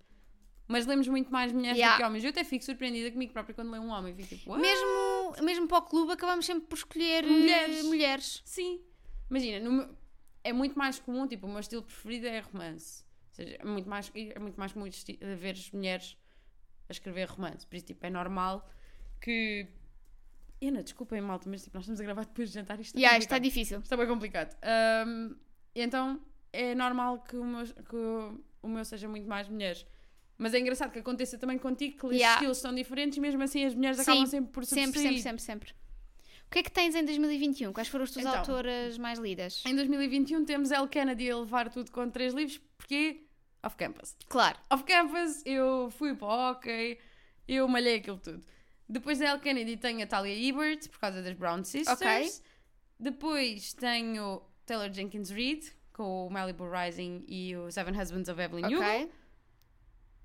S1: mas lemos muito mais mulheres
S2: Yeah.
S1: do que homens. Eu até fico surpreendida comigo própria quando leio um homem. Fico tipo, "What?"
S2: Mesmo, mesmo para o clube, acabamos sempre por escolher eh,
S1: Mulheres.
S2: mulheres.
S1: Sim. Imagina, no meu- é muito mais comum, tipo, o meu estilo preferido é romance. Ou seja, é muito mais, é muito mais comum esti- ver as mulheres a escrever romance. Por isso, tipo, é normal que. Ana, desculpem, malta, mas tipo, nós estamos a gravar depois de jantar e isto é
S2: E yeah, isto está
S1: complicado.
S2: difícil.
S1: Está bem complicado. Ahm, então é normal que o, meu, que o meu seja muito mais mulheres. Mas é engraçado que aconteça também contigo que os
S2: Yeah.
S1: estilos são diferentes e mesmo assim as mulheres
S2: Sim,
S1: acabam sempre por sobressair.
S2: Sempre, sempre, sempre, sempre. O que é que tens em 2021? Quais foram as tuas
S1: Então.
S2: autoras mais lidas?
S1: Em 2021 temos Elle Kennedy a levar tudo com três livros porque é off campus.
S2: Claro.
S1: Off campus eu fui para o hockey, eu malhei aquilo tudo. Depois da Elle Kennedy tenho a Talia Ebert por causa das Brown Sisters.
S2: Ok.
S1: Depois tenho Taylor Jenkins Reid com o Malibu Rising e o Seven Husbands of Evelyn Hugo.
S2: Ok.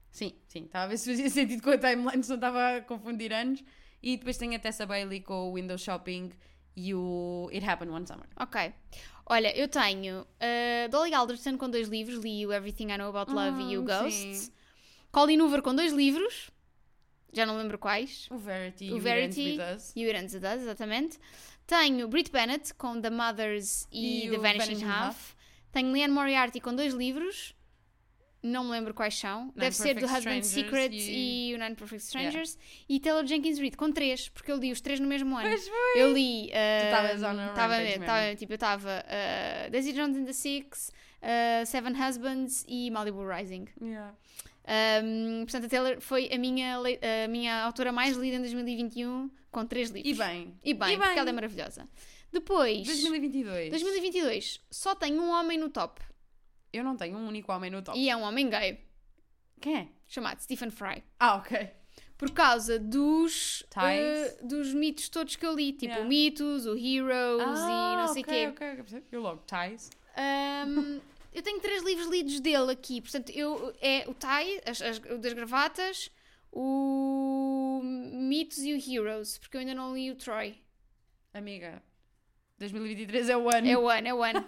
S1: Sim, sim. Estava a ver se fazia sentido com a timeline, se não estava a confundir anos. E depois tem a Tessa Bailey com o Window Shopping e o It Happened One Summer.
S2: Ok. Olha, eu tenho uh, Dolly Alderton com dois livros, li o Everything I Know About Love e o
S1: Hum,
S2: Ghosts.
S1: sim.
S2: Colin Hoover com dois livros, já não lembro quais.
S1: O Verity e
S2: o
S1: o
S2: Verity
S1: Verity With Us.
S2: e o It Ends With Us, exatamente. Tenho Brit Bennett com The Mothers e,
S1: E
S2: The
S1: o
S2: Vanishing,
S1: Vanishing
S2: Half.
S1: Half.
S2: Tenho Leanne Moriarty com dois livros, não me lembro quais são. Deve ser The
S1: Perfect
S2: Husband's
S1: Strangers
S2: Secret
S1: e-
S2: e... o Nine Perfect Strangers. E Taylor Jenkins Reid com três, porque eu li os três no mesmo ano.
S1: Pois foi.
S2: Eu li. ah,
S1: estavas on a
S2: tava-
S1: rampage
S2: tava-
S1: mesmo.
S2: Tipo, eu estava. Daisy Jones and the Six, ah, Seven Husbands e Malibu Rising.
S1: Yeah.
S2: Ahm, portanto, a Taylor foi a minha, lei- a minha autora mais lida em 2021, com três livros.
S1: E bem.
S2: E bem,
S1: E
S2: porque
S1: bem.
S2: ela é maravilhosa. Depois,
S1: 2022.
S2: 2022, só tem um homem no top.
S1: Eu não tenho um único homem no top.
S2: E é um homem gay,
S1: Quem é?
S2: chamado Stephen Fry.
S1: Ah, ok.
S2: Por causa dos,
S1: Ties.
S2: eh, dos mitos todos que eu li, tipo
S1: Yeah.
S2: o Mitos, o Heroes e não sei o quê.
S1: Ah, ok, ok, eu percebo. Eu logo, Ties.
S2: Ahm, eu tenho três livros lidos dele aqui, portanto, eu, é o Tie, as, as- o das gravatas, o Mitos e o Heroes, porque eu ainda não li o Troy.
S1: Amiga, 2023 é o ano.
S2: É o ano, é o ano.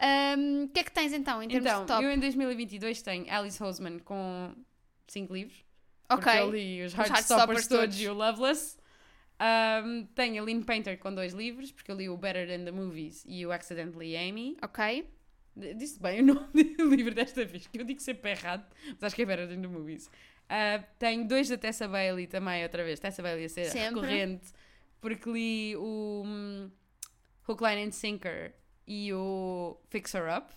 S2: Ahm, O que é que tens então, em termos
S1: Então,
S2: de top?
S1: eu em 2022 tenho Alice Hoseman com cinco livros.
S2: ok,
S1: Porque eu li os
S2: Heartstoppers
S1: Heartstoppers todos
S2: todos.
S1: e o Loveless. Um, tenho a Lynn Painter com dois livros, porque eu li o Better Than the Movies e o Accidentally Amy.
S2: ok.
S1: D- Disse bem o nome do livro desta vez, que eu digo sempre errado, mas acho que é Better Than the Movies. Uh, tenho dois da Tessa Bailey também, outra vez. Tessa Bailey a ser
S2: Sempre.
S1: recorrente, porque li o hum, Hook, Line and Sinker e o Fix Her Up.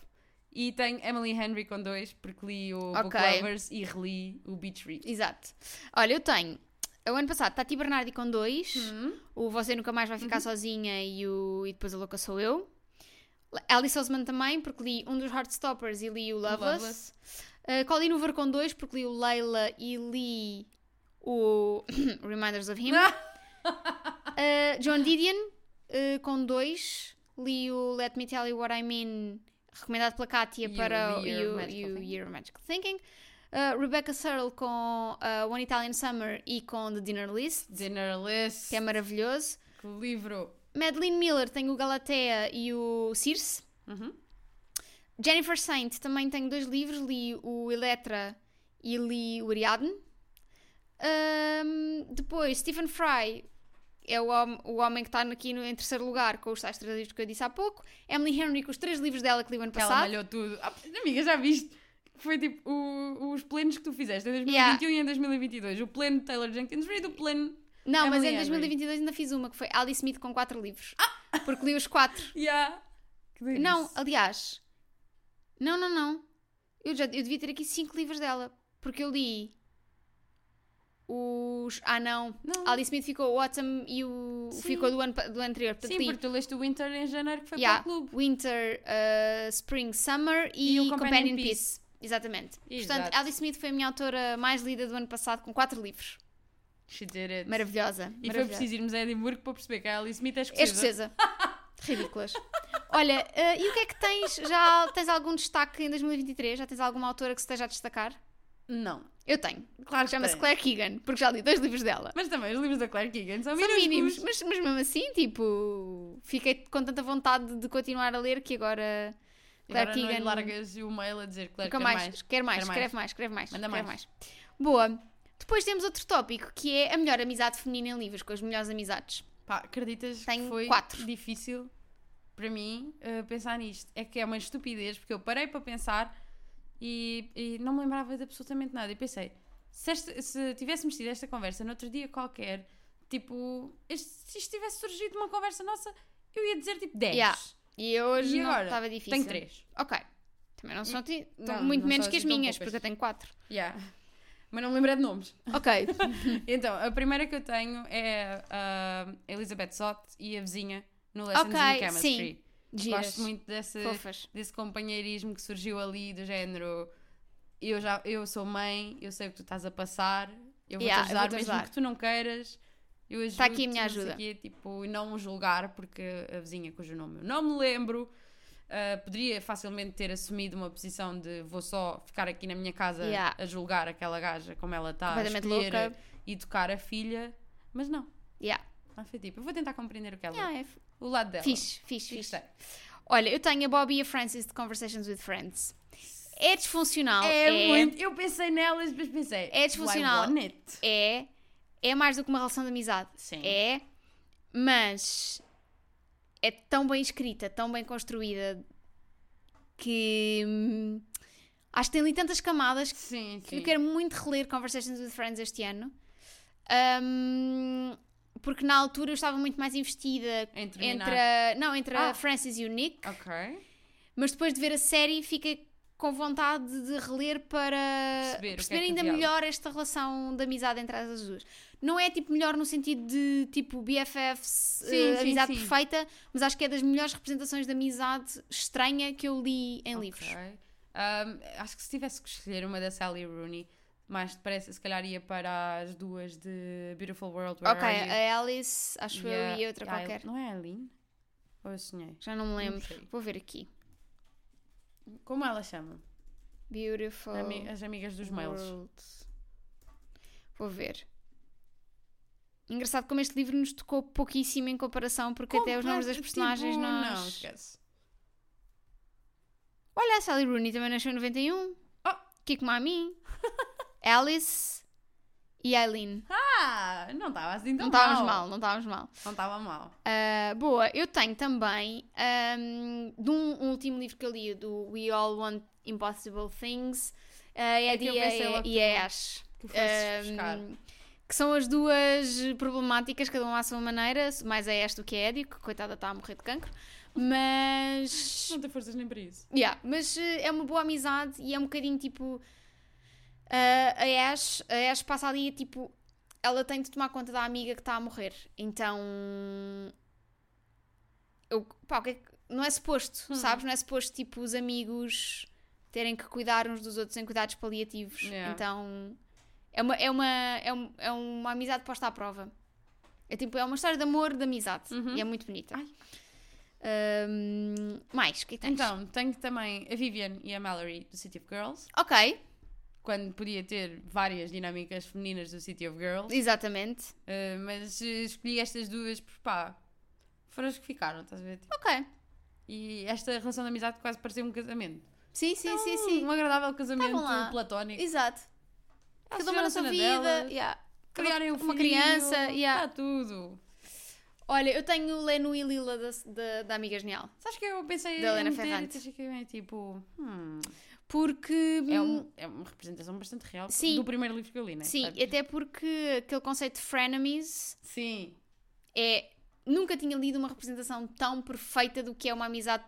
S1: E tenho Emily Henry com dois, porque li o Book
S2: Ok.
S1: Lovers e reli o Beach Read.
S2: Exato. Olha, eu tenho. O ano passado, Tati Bernardi com dois, o Você Nunca Mais Vai Ficar Sozinha e, o, e depois a Louca Sou Eu. Alice Osman também, porque li um dos Heartstoppers e li o Loveless.
S1: Loveless.
S2: Uh, Colleen Hoover com dois, porque li o Leila e li o Reminders of Him. Uh, John Didion uh, com dois, li o Let Me Tell You What I Mean, recomendado pela Kátia
S1: E o
S2: para o
S1: Year
S2: e
S1: of Magical
S2: o- e o
S1: Thinking.
S2: Year of Magical Thinking. Uh, Rebecca Searle com uh, One Italian Summer e com The Dinner List,
S1: Dinner List.
S2: que é maravilhoso.
S1: Que livro.
S2: Madeline Miller tem o Galatea e o Circe.
S1: Uhum.
S2: Jennifer Saint também tenho dois livros, li o Electra e li o Ariadne. Ahm, depois, Stephen Fry é o, hom- o homem que está aqui no, em terceiro lugar com os tais três livros que eu disse há pouco. Emily Henry com os três livros dela que li o ano
S1: Que ela
S2: passado.
S1: malhou tudo. Ah, amiga, já viste? Foi tipo o- os plenos que tu fizeste em 2021 e em 2022. O pleno de Taylor Jenkins Reid, o pleno.
S2: Não, mas
S1: Emily
S2: em
S1: Henry.
S2: 2022 ainda fiz uma que foi Alice Smith com quatro livros.
S1: Ah!
S2: Porque li os quatro.
S1: Yeah. Que delícia.
S2: Não, aliás. Não, não, não. Eu, já, eu devia ter aqui cinco livros dela. Porque eu li os. Ah, não.
S1: Não.
S2: Alice Smith ficou o Autumn e o.
S1: Sim.
S2: ficou do ano, pa- do ano anterior. Portanto,
S1: Sim,
S2: li,
S1: porque tu leste o Winter em janeiro que foi
S2: yeah,
S1: para o clube.
S2: Winter, uh, Spring, Summer e,
S1: E o
S2: Companion,
S1: Companion
S2: Piece. Exatamente. Portanto,
S1: Exato.
S2: Alice Smith foi a minha autora mais lida do ano passado, com quatro livros.
S1: She did it.
S2: Maravilhosa.
S1: eh, E foi
S2: maravilhosa.
S1: preciso irmos a Edimburgo para perceber que a Alice Smith é
S2: É
S1: escocesa.
S2: escocesa. Ridículas. Olha, eh, e o que é que tens? Já tens algum destaque em 2023? Já tens alguma autora que se esteja a destacar?
S1: Não.
S2: Eu tenho.
S1: Claro que
S2: Chama-se
S1: tem.
S2: Claire Keegan, porque já li dois livros dela.
S1: Mas também os livros da Claire Keegan são,
S2: São mínimos,
S1: minúsculos.
S2: mas, mas mesmo assim, tipo, fiquei com tanta vontade de continuar a ler que agora Claire
S1: Agora não
S2: Keegan
S1: lhe largas o mail a dizer Claire
S2: nunca
S1: quer
S2: mais,
S1: mais.
S2: quer mais,
S1: quer mais.
S2: escreve mais, escreve mais,
S1: Manda
S2: escreve
S1: mais.
S2: Boa. Depois temos outro tópico que é a melhor amizade feminina em livros, com as melhores amizades.
S1: Pá, acreditas
S2: Tenho
S1: que foi
S2: quatro.
S1: difícil para mim eh, pensar nisto? É que é uma estupidez, porque eu parei para pensar e, e não me lembrava de absolutamente nada. E pensei, se, esta- se tivéssemos tido esta conversa noutro dia qualquer, tipo, este- se isto tivesse surgido uma conversa nossa, eu ia dizer tipo 10.
S2: Yeah. é. E hoje
S1: E
S2: não
S1: agora?
S2: estava difícil.
S1: Tenho 3.
S2: Ok. Também não são ti-
S1: Não,
S2: tão- muito
S1: não
S2: menos
S1: são
S2: que as
S1: assim tão
S2: minhas,
S1: poucas.
S2: porque eu tenho quatro.
S1: Yeah. Mas não me lembrei de nomes.
S2: Ok.
S1: Então, a primeira que eu tenho é a Elizabeth Zott e a vizinha no Lessons in
S2: ok, sim.
S1: Chemistry. Gosto muito desse,
S2: Fofas.
S1: desse companheirismo que surgiu ali, do género eu, já, eu sou mãe, eu sei o que tu estás a passar, eu vou-te
S2: Yeah, eu
S1: ajudar,
S2: vou-te
S1: mesmo
S2: ajudar.
S1: que tu não queiras. Eu ajudo
S2: Tá aqui a minha ajuda.
S1: tipo, e não julgar, porque a vizinha cujo nome eu não me lembro ah, poderia facilmente ter assumido uma posição de vou só ficar aqui na minha casa
S2: Yeah.
S1: a julgar aquela gaja como ela está a
S2: Completamente
S1: escolher
S2: louca.
S1: e educar a filha, mas não,
S2: Yeah.
S1: não foi tipo, eu vou tentar compreender o que ela
S2: Yeah, é f-
S1: o lado dela.
S2: fixe, fixe, fixe.
S1: Gostei.
S2: Olha, eu tenho a Bobby e a Francis de Conversations with Friends. É disfuncional.
S1: É, muito. Eu pensei nelas, mas pensei.
S2: É disfuncional.
S1: "Do I want it?"
S2: É, é mais do que uma relação de amizade.
S1: Sim.
S2: É, mas é tão bem escrita, tão bem construída que hum, acho que tem ali tantas camadas
S1: Sim,
S2: que
S1: sim.
S2: eu quero muito reler Conversations with Friends este ano. Hum, porque na altura eu estava muito mais investida
S1: Em terminar.
S2: entre a, não, entre a
S1: Ah.
S2: Francis e o Nick.
S1: Ok.
S2: mas depois de ver a série fiquei com vontade de reler
S1: Perceber
S2: para
S1: o que é
S2: perceber
S1: que
S2: ainda
S1: havia ali.
S2: melhor esta relação de amizade entre as duas. Não é tipo melhor no sentido de tipo BFFs,
S1: Sim,
S2: eh,
S1: sim,
S2: amizade
S1: sim.
S2: perfeita, mas acho que é das melhores representações de amizade estranha que eu li em livros.
S1: Ok. Ahm, acho que se tivesse que escolher uma da Sally Rooney, mais depressa, se calhar ia para as duas de Beautiful World. Where
S2: Ok,
S1: Are you?
S2: a Alice, acho
S1: E a-
S2: eu, e outra
S1: e a-
S2: qualquer.
S1: Não é a Aline? Ou eu sonhei?
S2: Já não me lembro.
S1: sei.
S2: Vou ver aqui.
S1: Como ela chama?
S2: Beautiful.
S1: Ami- as amigas dos mails.
S2: World. Vou ver. Engraçado como este livro nos tocou pouquíssimo em comparação, porque até os nomes das
S1: Completo,
S2: personagens
S1: tipo,
S2: nós.
S1: Não, esquece.
S2: Olha, a Sally Rooney também nasceu em 91.
S1: Oh.
S2: Kiko Mami, Alice e Eileen.
S1: Ah, não estava assim tão
S2: não estávamos
S1: mal.
S2: mal, não estávamos mal.
S1: Não estava mal.
S2: Ah, boa, eu tenho também ahm, de um, último livro que eu li, do We All Want Impossible Things, ah, é
S1: É que eu
S2: de
S1: pensei logo
S2: A-
S1: que
S2: e a Ash.
S1: Que fosses
S2: Um,
S1: buscar.
S2: que são as duas problemáticas, cada uma à sua maneira, mais a esta do que a Eddie, que coitada está a morrer de cancro, mas
S1: Não tem forças nem para isso.
S2: Yeah, mas eh, é uma boa amizade e é um bocadinho tipo. ah, a, Ash, a Ash passa ali, tipo. Ela tem de tomar conta da amiga que está a morrer. Então. Eu, pá, o que é que- não é suposto,
S1: Uhum.
S2: sabes? Não é suposto, tipo, os amigos terem que cuidar uns dos outros em cuidados paliativos.
S1: Yeah.
S2: Então, é uma, é, uma, é, um- é uma amizade posta à prova. É tipo, é uma história de amor, de amizade. E é muito bonita.
S1: Uhum. Ai.
S2: Ahm, mais, o que é que tens?
S1: Então, tenho também a Vivian e a Mallory do City of Girls.
S2: Ok,
S1: Quando podia ter várias dinâmicas femininas do City of Girls.
S2: exatamente.
S1: eh, mas eh, escolhi estas duas porque pá, foram as que ficaram, estás a ver? Tipo,
S2: Ok.
S1: E esta relação de amizade quase parecia um casamento.
S2: Sim, sim, sim, sim.
S1: Um agradável casamento
S2: Estavam lá.
S1: platónico.
S2: Exato.
S1: Elas
S2: Cada uma na sua
S1: tiveram a
S2: vida.
S1: Ah, cena delas,
S2: yeah.
S1: Criarem
S2: uma,
S1: o
S2: uma
S1: filho,
S2: criança. yeah.
S1: Está tudo.
S2: Olha, eu tenho Leno e Lila da, da, da Amiga Genial.
S1: Sabes que eu pensei
S2: Da Helena
S1: em meter e
S2: Ferrante.
S1: achei que é tipo... hum,
S2: Porque.
S1: é, um- é uma representação bastante real
S2: Hum. Sim.
S1: do primeiro livro que eu li, né?
S2: Sim,
S1: Portanto,
S2: até porque aquele conceito de frenemies
S1: Sim.
S2: é. Nunca tinha lido uma representação tão perfeita do que é uma amizade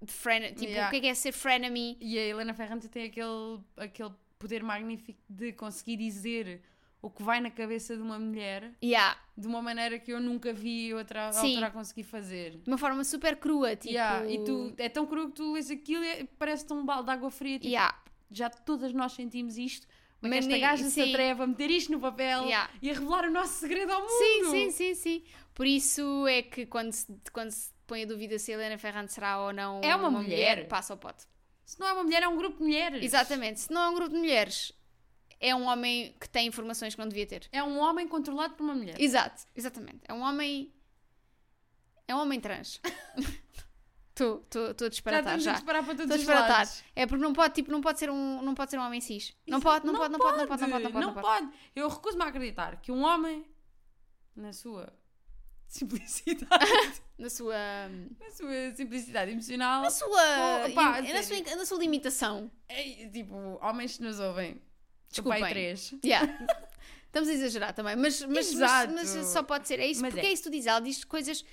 S2: de fren... Tipo,
S1: Yeah.
S2: o que é que é ser frenemy?
S1: E a Helena Ferrante tem aquele, aquele poder magnífico de conseguir dizer o que vai na cabeça de uma mulher
S2: Yeah.
S1: de uma maneira que eu nunca vi outra
S2: Sim.
S1: autora conseguir fazer.
S2: De uma forma super crua, tipo.
S1: Yeah, E tu, é tão cru que tu lês aquilo e parece-te um balde de água fria. Tipo,
S2: Yeah.
S1: Já todas nós sentimos isto, mas,
S2: Mas
S1: esta
S2: nem-
S1: gaja se
S2: sim.
S1: atreve a meter isto no papel
S2: Yeah.
S1: e a revelar o nosso segredo ao mundo.
S2: Sim, sim, sim, sim. Por isso é que quando se, quando se põe a dúvida se a Helena Ferrante será ou não
S1: É uma mulher.
S2: passa ao pote.
S1: Se não é uma mulher, é um grupo de mulheres.
S2: Exatamente. Se não é um grupo de mulheres, é um homem que tem informações que não devia ter.
S1: É um homem controlado por uma mulher.
S2: Exato, exatamente. É um homem. É um homem trans. Estou a
S1: já
S2: disparatar
S1: estamos a
S2: já.
S1: disparar para todos
S2: Estou a
S1: os
S2: disparatar.
S1: lados.
S2: É porque não pode, tipo, não pode ser um, não pode ser um homem cis. Não
S1: Isso-
S2: pode, não pode, não pode, não pode, não pode, não pode, não
S1: Não
S2: pode.
S1: pode. Eu recuso-me a acreditar que um homem, na sua simplicidade,
S2: Na sua.
S1: na sua simplicidade emocional,
S2: Na sua.
S1: Oh, pá,
S2: na, sua na sua limitação.
S1: é, tipo, homens que nos ouvem,
S2: Desculpem.
S1: desculpem, três.
S2: Yeah. Estamos a exagerar também, mas, mas, mas,
S1: Exato.
S2: mas só pode ser. É isso,
S1: Mas
S2: porque é.
S1: é.
S2: isso que tu dizes. Ela diz coisas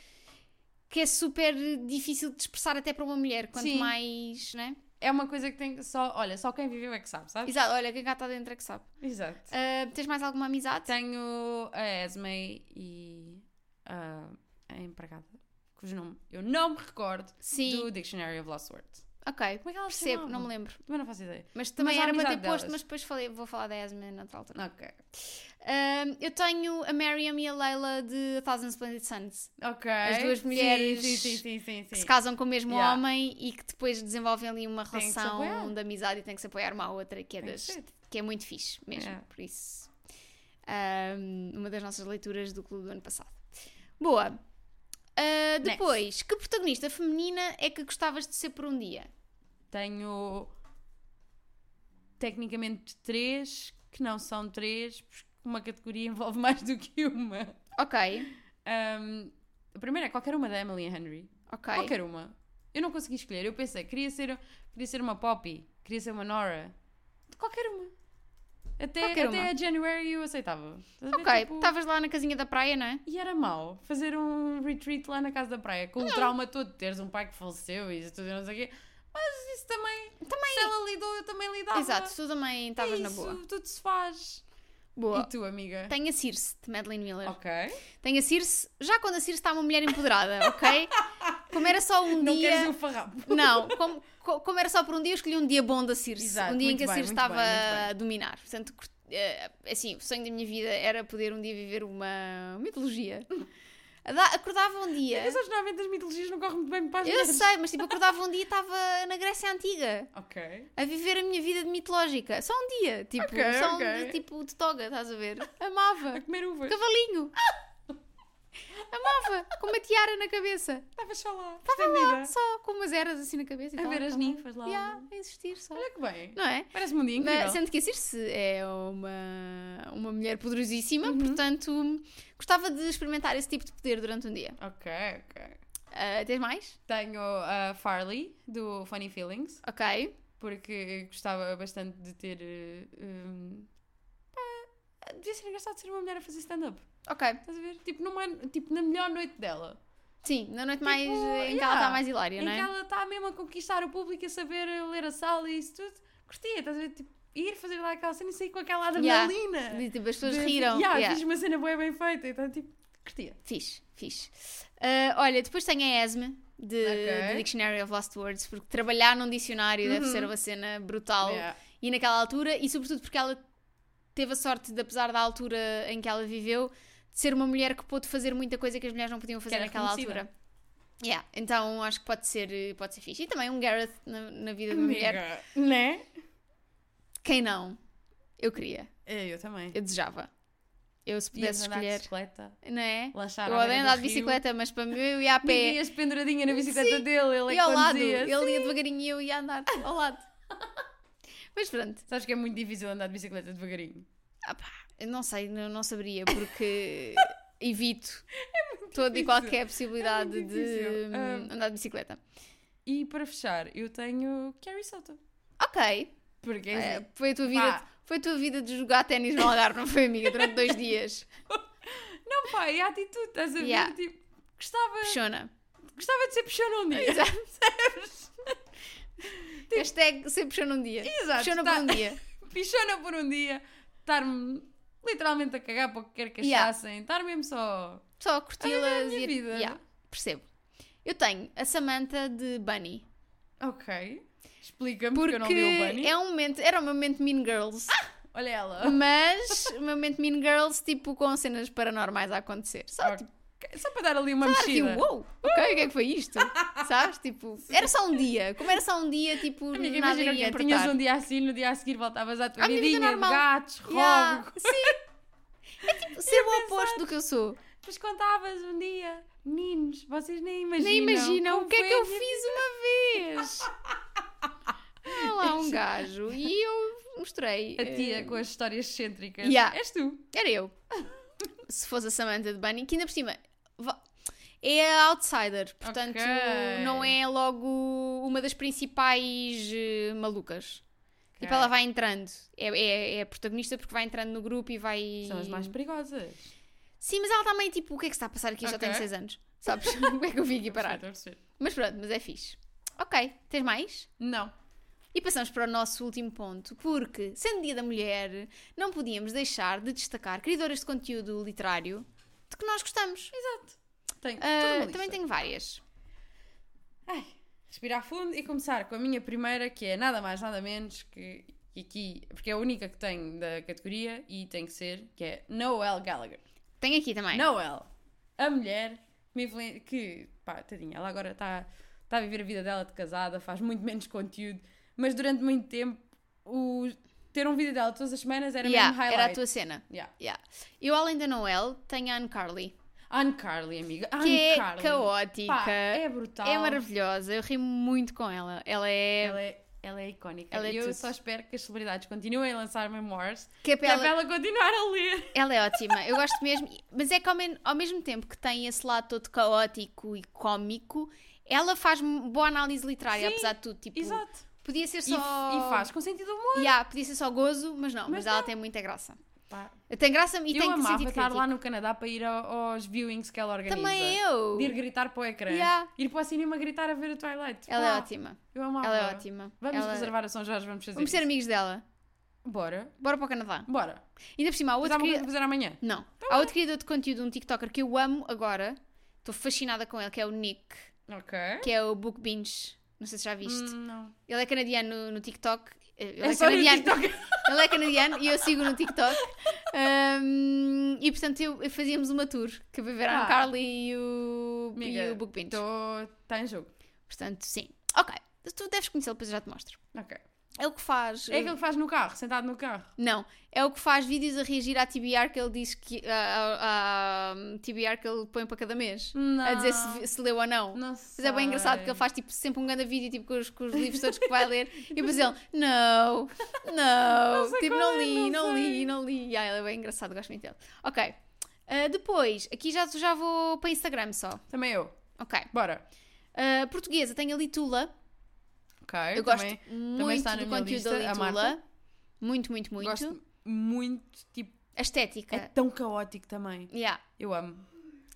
S2: que é super difícil de expressar até para uma mulher, quanto
S1: Sim.
S2: mais, né?
S1: É uma coisa que tem que só, olha, só quem viveu é que sabe, sabe?
S2: Exato, olha, quem cá está dentro é que sabe.
S1: Exato.
S2: Ah, tens mais alguma amizade?
S1: Tenho a Esme e ah, a empregada, cujo nome eu não me recordo,
S2: Sim.
S1: do Dictionary of Lost Words.
S2: Ok,
S1: Como é que ela se
S2: percebo,
S1: chamava?
S2: não me lembro.
S1: Também não faço ideia.
S2: Mas também
S1: Mas a
S2: era para ter
S1: amizade
S2: posto,
S1: delas.
S2: mas depois falei, vou falar da Esme noutra altura.
S1: Ok.
S2: Ah, eu tenho a Miriam e a Leila de A Thousand Splendid Suns,
S1: Ok.
S2: As duas mulheres
S1: Sim, sim, sim, sim. sim.
S2: que se casam com o mesmo
S1: Yeah.
S2: homem e que depois desenvolvem ali uma
S1: Tem que se apoiar.
S2: relação de amizade e têm que se apoiar uma à outra, que é,
S1: Tem que
S2: das,
S1: ser.
S2: que é muito fixe mesmo,
S1: Yeah.
S2: por isso. ahm, uma das nossas leituras do clube do ano passado. Boa. Ah, depois, que protagonista feminina é que gostavas de ser por um dia?
S1: Tenho tecnicamente três, que não são três, porque uma categoria envolve mais do que uma.
S2: Ok,
S1: Ahm, a primeira é qualquer uma da Emily Henry.
S2: ok.
S1: Qualquer uma. Eu não consegui escolher. Eu pensei, queria ser, queria ser uma Poppy, queria ser uma Nora. Qualquer uma. Até,
S2: Qualquer
S1: até
S2: uma.
S1: a January eu aceitava. Estás a ver?
S2: Ok, tá
S1: Tipo,
S2: estavas lá na casinha da praia, não é?
S1: E era mau fazer um retreat lá na casa da praia com o trauma todo de teres um pai que faleceu e isso tudo e não sei o quê. Mas isso também, Se ela lidou, eu também lidava.
S2: Exato, tu também
S1: É
S2: estavas na
S1: isso,
S2: boa.
S1: Tudo se faz.
S2: Boa.
S1: E tu, amiga?
S2: Tem a Circe, de Madeleine Miller.
S1: Ok.
S2: Tem a Circe, já quando a Circe está uma mulher empoderada, ok? Como era só um
S1: Não
S2: dia.
S1: queres um o farrapo.
S2: Não, como, co- como era só por um dia, eu escolhi um dia bom da Circe.
S1: Exato,
S2: um dia em
S1: muito
S2: que a
S1: bem,
S2: Circe
S1: muito bem,
S2: estava
S1: muito
S2: a dominar. Portanto, cur- eh, assim, o sonho da minha vida era poder um dia viver uma mitologia. Ada- Acordava um dia.
S1: Mas acho que normalmente as mitologias não correm muito bem para as
S2: Eu
S1: mulheres.
S2: sei, mas tipo, acordava um dia e estava na Grécia Antiga.
S1: Ok.
S2: A viver a minha vida de mitológica. Só um dia. Tipo,
S1: Ok,
S2: só um
S1: ok.
S2: dia, tipo, de toga, estás a ver? Amava.
S1: A comer uvas.
S2: Cavalinho. Amava. Com uma tiara na cabeça.
S1: Estava só lá. Estava
S2: Só com umas eras assim na cabeça e
S1: A
S2: tal.
S1: ver as
S2: Tá
S1: ninfas lá.
S2: bom. Yeah, a existir só.
S1: Olha que bem.
S2: Não é?
S1: Parece-me um dia incrível.
S2: Mas, sendo que a Circe é uma, uma mulher poderosíssima,
S1: Uhum.
S2: portanto, gostava de experimentar esse tipo de poder durante um dia.
S1: Ok, ok.
S2: Ah, tens mais?
S1: Tenho a Farley, do Funny Feelings.
S2: Ok.
S1: porque gostava bastante de ter. eh, hum, pá, devia ser engraçado ser uma mulher a fazer stand-up.
S2: Ok.
S1: Estás a ver? Tipo, numa, tipo, na melhor noite dela.
S2: Sim, na noite mais eh, em que ela
S1: yeah.
S2: está mais hilária,
S1: Tipo, em
S2: não
S1: que
S2: é?
S1: ela está mesmo a conquistar o público, a saber ler a sala e isso tudo. Curtia, estás a ver? Tipo, ir fazer lá aquela cena e sair com aquela
S2: Yeah.
S1: adrenalina.
S2: De- tipo, as pessoas
S1: De- assim,
S2: riram.
S1: Yeah,
S2: Yeah.
S1: Fiz uma cena bem, bem feita. Então, tipo, curtia.
S2: Fiz, fiz. Ah, olha, depois tem a Esme, de,
S1: Ok. Uhum.
S2: de Dictionary of Lost Words, porque trabalhar num dicionário deve ser uma cena brutal.
S1: Yeah.
S2: E naquela altura, e sobretudo porque ela teve a sorte, de, apesar da altura em que ela viveu, de ser uma mulher que pôde fazer muita coisa que as mulheres não podiam fazer
S1: era
S2: naquela
S1: reconhecida.
S2: altura. Yeah, então acho que pode ser, pode ser fixe. E também um Gareth na, na vida de uma mulher.
S1: Amiga, né?
S2: Quem não? Eu queria,
S1: É, Eu também.
S2: eu desejava. Eu se
S1: Ias
S2: pudesse
S1: andar de
S2: escolher.
S1: bicicleta,
S2: Não é?
S1: lanchar
S2: eu
S1: à
S2: odeio
S1: beira do
S2: andar de
S1: rio.
S2: bicicleta, mas para mim eu ia a pé.
S1: Ninguém ias penduradinha na bicicleta dele, ele é
S2: E
S1: que
S2: ao lado,
S1: conduzia.
S2: ele ia devagarinho e eu ia andar ao lado. Mas pronto,
S1: Sabes que é muito difícil andar de bicicleta devagarinho.
S2: Ah pá, eu não sei, eu não saberia, porque evito toda e qualquer possibilidade de
S1: difícil.
S2: É hum,
S1: Hum.
S2: andar de bicicleta.
S1: E para fechar, eu tenho Carrie Soto.
S2: Ok,
S1: Porque
S2: eh,
S1: é assim,
S2: foi, a tua vida,
S1: pá.
S2: foi a tua vida de jogar ténis no Algarve, não foi, amiga? Durante dois dias.
S1: não pá, é a atitude, estás a ver?
S2: Yeah.
S1: Tipo, gostava,
S2: Puxona.
S1: gostava de ser puxona um dia.
S2: Exato. Tipo, Hashtag ser puxona um dia.
S1: Exato,
S2: puxona
S1: tá.
S2: por um dia.
S1: Pichona por um dia, estar-me literalmente a cagar para o que quer que
S2: Yeah.
S1: achassem, estar mesmo só.
S2: Só curti-las
S1: minha
S2: e...
S1: vida.
S2: Yeah, percebo. Eu tenho a Samantha de Bunny.
S1: Ok. Explica-me porque,
S2: Porque
S1: eu não vi o Bunny.
S2: é um momento, era o meu momento Mean Girls,
S1: Olha ela.
S2: mas o meu momento Mean Girls, tipo, com cenas paranormais a acontecer. Só, tipo,
S1: Ok, Só para dar ali uma
S2: claro que,
S1: mexida.
S2: uou, ok, o que é que foi isto? Sabes? Tipo, era só um dia. Como era só um dia, tipo,
S1: Amiga,
S2: nada
S1: imagina
S2: ia
S1: que tinhas
S2: apertar.
S1: um dia assim, no dia a seguir voltavas à tua
S2: À minha vida
S1: vidinha de
S2: normal.
S1: gatos, roubo.
S2: Yeah, Sim. É tipo, ser o oposto do que eu sou.
S1: Depois contavas um dia, meninos, vocês nem imaginam.
S2: Nem imaginam o
S1: como
S2: que é que
S1: foi a
S2: eu
S1: minha-
S2: fiz uma vez. Há lá um gajo e eu mostrei.
S1: A
S2: eh,
S1: tia com as histórias excêntricas.
S2: Yeah.
S1: És tu.
S2: Era eu. Se fosse a Samantha de Bunny, que ainda por cima va- é a outsider, portanto
S1: Ok.
S2: não é logo uma das principais eh, malucas. Tipo, ela vai entrando, é, é, é a protagonista porque vai entrando no grupo e vai.
S1: São as mais perigosas.
S2: Sim, mas ela também, tipo, o que é que se está a passar aqui? Eu já
S1: Ok.
S2: tenho 6 anos, sabes? Como é que eu vim aqui parar?
S1: Estou a perceber, estou a perceber.
S2: Mas pronto, mas é fixe. Ok, tens mais?
S1: Não.
S2: E passamos para o nosso último ponto, porque, sendo Dia da Mulher, não podíamos deixar de destacar criadoras de conteúdo literário de que nós gostamos.
S1: Tenho
S2: Ah,
S1: toda uma lista.
S2: também tenho várias.
S1: Respirar fundo e começar com a minha primeira, que é nada mais, nada menos que que aqui, porque é a única que tenho da categoria e tem que ser, que é Noel Gallagher.
S2: Tenho aqui também.
S1: Noel, a mulher que, me influen- que pá, tadinha, ela agora está tá a viver a vida dela de casada, faz muito menos conteúdo, mas durante muito tempo o, ter um vídeo dela todas as semanas era
S2: Yeah,
S1: mesmo highlight.
S2: era a tua cena.
S1: Yeah.
S2: Yeah. Eu, além da Noel, tenho a Anne Carly,
S1: Anne Carly, amiga. Anne
S2: que é
S1: Carly.
S2: caótica,
S1: Pá, é brutal.
S2: é maravilhosa, eu rimo muito com ela. Ela é
S1: Ela é, ela é icónica.
S2: Ela é
S1: e eu
S2: tudo.
S1: só espero que as celebridades continuem a lançar memoirs que é
S2: capela.
S1: para ela continuar a ler.
S2: Ela é ótima, eu gosto mesmo, mas é que ao, men- ao mesmo tempo que tem esse lado todo caótico e cómico, ela faz m- boa análise literária,
S1: Sim,
S2: apesar de tudo. Tipo,
S1: Exato.
S2: podia ser
S1: E,
S2: só.
S1: e faz com sentido humor.
S2: Yeah, podia ser só gozo, mas não,
S1: Mas
S2: mas, ela tem muita graça.
S1: Pá,
S2: Tem graça e
S1: eu
S2: tem
S1: amava
S2: sentido
S1: estar
S2: crítico.
S1: lá no Canadá para ir ao- aos viewings que ela organiza.
S2: Também eu.
S1: De ir gritar para o ecrã.
S2: Yeah.
S1: Ir para o cinema gritar a ver o Twilight.
S2: Ela é
S1: Pá,
S2: ótima.
S1: Eu amava.
S2: Ela é ótima.
S1: Vamos
S2: Ela-
S1: reservar a São Jorge, vamos fazer
S2: Vamos ser
S1: isso.
S2: amigos dela.
S1: Bora.
S2: Bora para o Canadá.
S1: Bora.
S2: Ainda por cima, há
S1: Mas
S2: outro,
S1: há uma
S2: cri-
S1: coisa Tá para fazer amanhã.
S2: Não. há outro criador de conteúdo, um TikToker que eu amo agora. Estou fascinada com ele, que é o Nick,
S1: Ok.
S2: que é o Book Binge. Não sei se já viste.
S1: Hum, não.
S2: Ele é canadiano no, no TikTok. Eh, Ele
S1: É
S2: é,
S1: só no
S2: canadiano.
S1: TikTok.
S2: Ele é canadiano e eu sigo no TikTok. Ahm, e portanto eu, eu fazíamos uma tour que vai ver a
S1: Ah.
S2: Carly e o, e
S1: Amiga,
S2: o Book Binge.
S1: Está tá em jogo.
S2: Portanto, sim. Ok. Tu deves conhecê-lo, depois eu já te mostro.
S1: Ok.
S2: É o que faz.
S1: É aquele que faz eh. no carro, sentado no carro.
S2: Não, é o que faz vídeos a reagir à TBR que ele diz que. a- a- a TBR que ele põe para cada mês.
S1: Não.
S2: A dizer se, se leu ou não.
S1: Não
S2: Mas é bem engraçado porque ele faz tipo sempre um grande vídeo tipo, com, os, com os livros todos que vai ler e depois ele, não, não,
S1: sei
S2: tipo,
S1: qual
S2: não
S1: é,
S2: li,
S1: não
S2: não,
S1: sei.
S2: li, não li. Yeah, ele é bem engraçado, gosto muito dele. Ok. Ah, depois, aqui já, já vou para Instagram só.
S1: Também eu.
S2: Ok.
S1: Bora.
S2: Ah, portuguesa, tenho a Litula.
S1: Ok.
S2: Eu,
S1: também
S2: gosto muito
S1: está na
S2: do
S1: minha
S2: conteúdo
S1: lista, a
S2: da Litula.
S1: Marta.
S2: Muito, muito, muito.
S1: Gosto muito. Tipo,
S2: A estética.
S1: é tão caótico também.
S2: Yeah.
S1: Eu amo.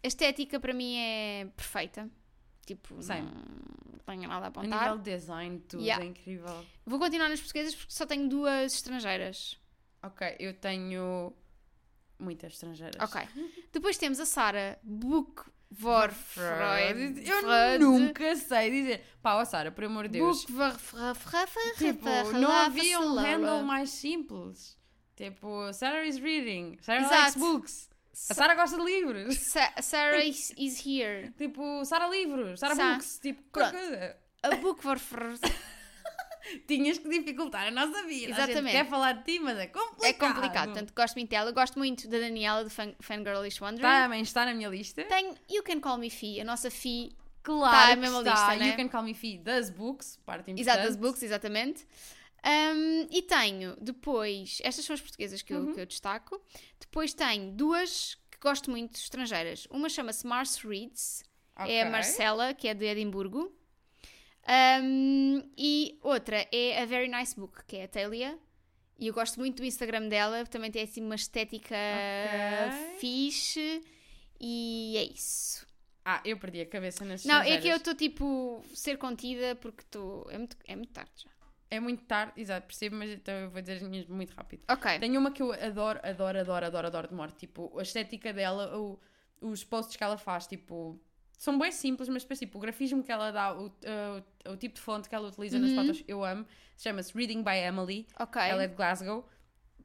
S2: A estética para mim é perfeita. Tipo,
S1: Same.
S2: não tenho nada
S1: A
S2: a apontar.
S1: nível de design, tudo
S2: Yeah.
S1: é incrível.
S2: Vou continuar nas portuguesas porque só tenho duas estrangeiras.
S1: Ok, eu tenho muitas estrangeiras.
S2: Ok. Depois temos a Sara Book, Vorfreud.
S1: Eu
S2: Freud,
S1: nunca sei dizer. Pá, ó Sara, por amor de Deus.
S2: Book, var- fra- fra- fra-
S1: Tipo,
S2: fra-
S1: não
S2: fra-
S1: havia um
S2: fra-
S1: handle
S2: fra-
S1: mais simples. Tipo, Sarah is reading. Sarah
S2: Exato.
S1: likes books. A Sara gosta de livros.
S2: Sa- Sarah is, is here.
S1: Tipo, Sara livros, Sara
S2: Sa-
S1: books. Tipo,
S2: Pronto.
S1: qualquer coisa.
S2: A book for fra-
S1: Tinhas que dificultar a nossa vida. A gente
S2: Exatamente.
S1: quer falar de ti, mas é complicado.
S2: é complicado. Portanto, gosto muito dela. Gosto muito da Daniela do Fan- Fangirlish Wonder.
S1: Também Tá, está na minha lista.
S2: Tenho You Can Call Me Fee, a nossa Fee.
S1: Claro,
S2: Tá, mesma
S1: que está.
S2: lista,
S1: You
S2: né?
S1: Can Call Me Fee das books, parte importante.
S2: Exato, das books, exatamente. Um, e tenho depois, estas são as portuguesas que eu,
S1: Uhum.
S2: que eu destaco. Depois tenho duas que gosto muito, estrangeiras. Uma chama-se Mars Reads, é a
S1: Ok.
S2: Marcela, que é de Edimburgo. Um, e outra é a Very Nice Book, que é a Talia. E eu gosto muito do Instagram dela, também tem assim uma estética
S1: Ok.
S2: fixe. E é isso.
S1: Ah, eu perdi a cabeça nas
S2: Não, é que eu
S1: estrangeiras.
S2: estou tipo ser contida porque estou. É muito, é muito tarde já.
S1: É muito tarde, exato, percebo, mas então eu vou dizer as minhas muito rápido.
S2: Ok.
S1: Tem uma que eu adoro, adoro, adoro, adoro, adoro de morte. Tipo, a estética dela, o- os posts que ela faz, tipo, são bem simples, mas depois, tipo, o grafismo que ela dá, o, eh, o- o tipo de fonte que ela utiliza
S2: Uhum.
S1: nas fotos, eu amo. Chama-se Reading by Emily.
S2: Ok.
S1: Ela é de Glasgow.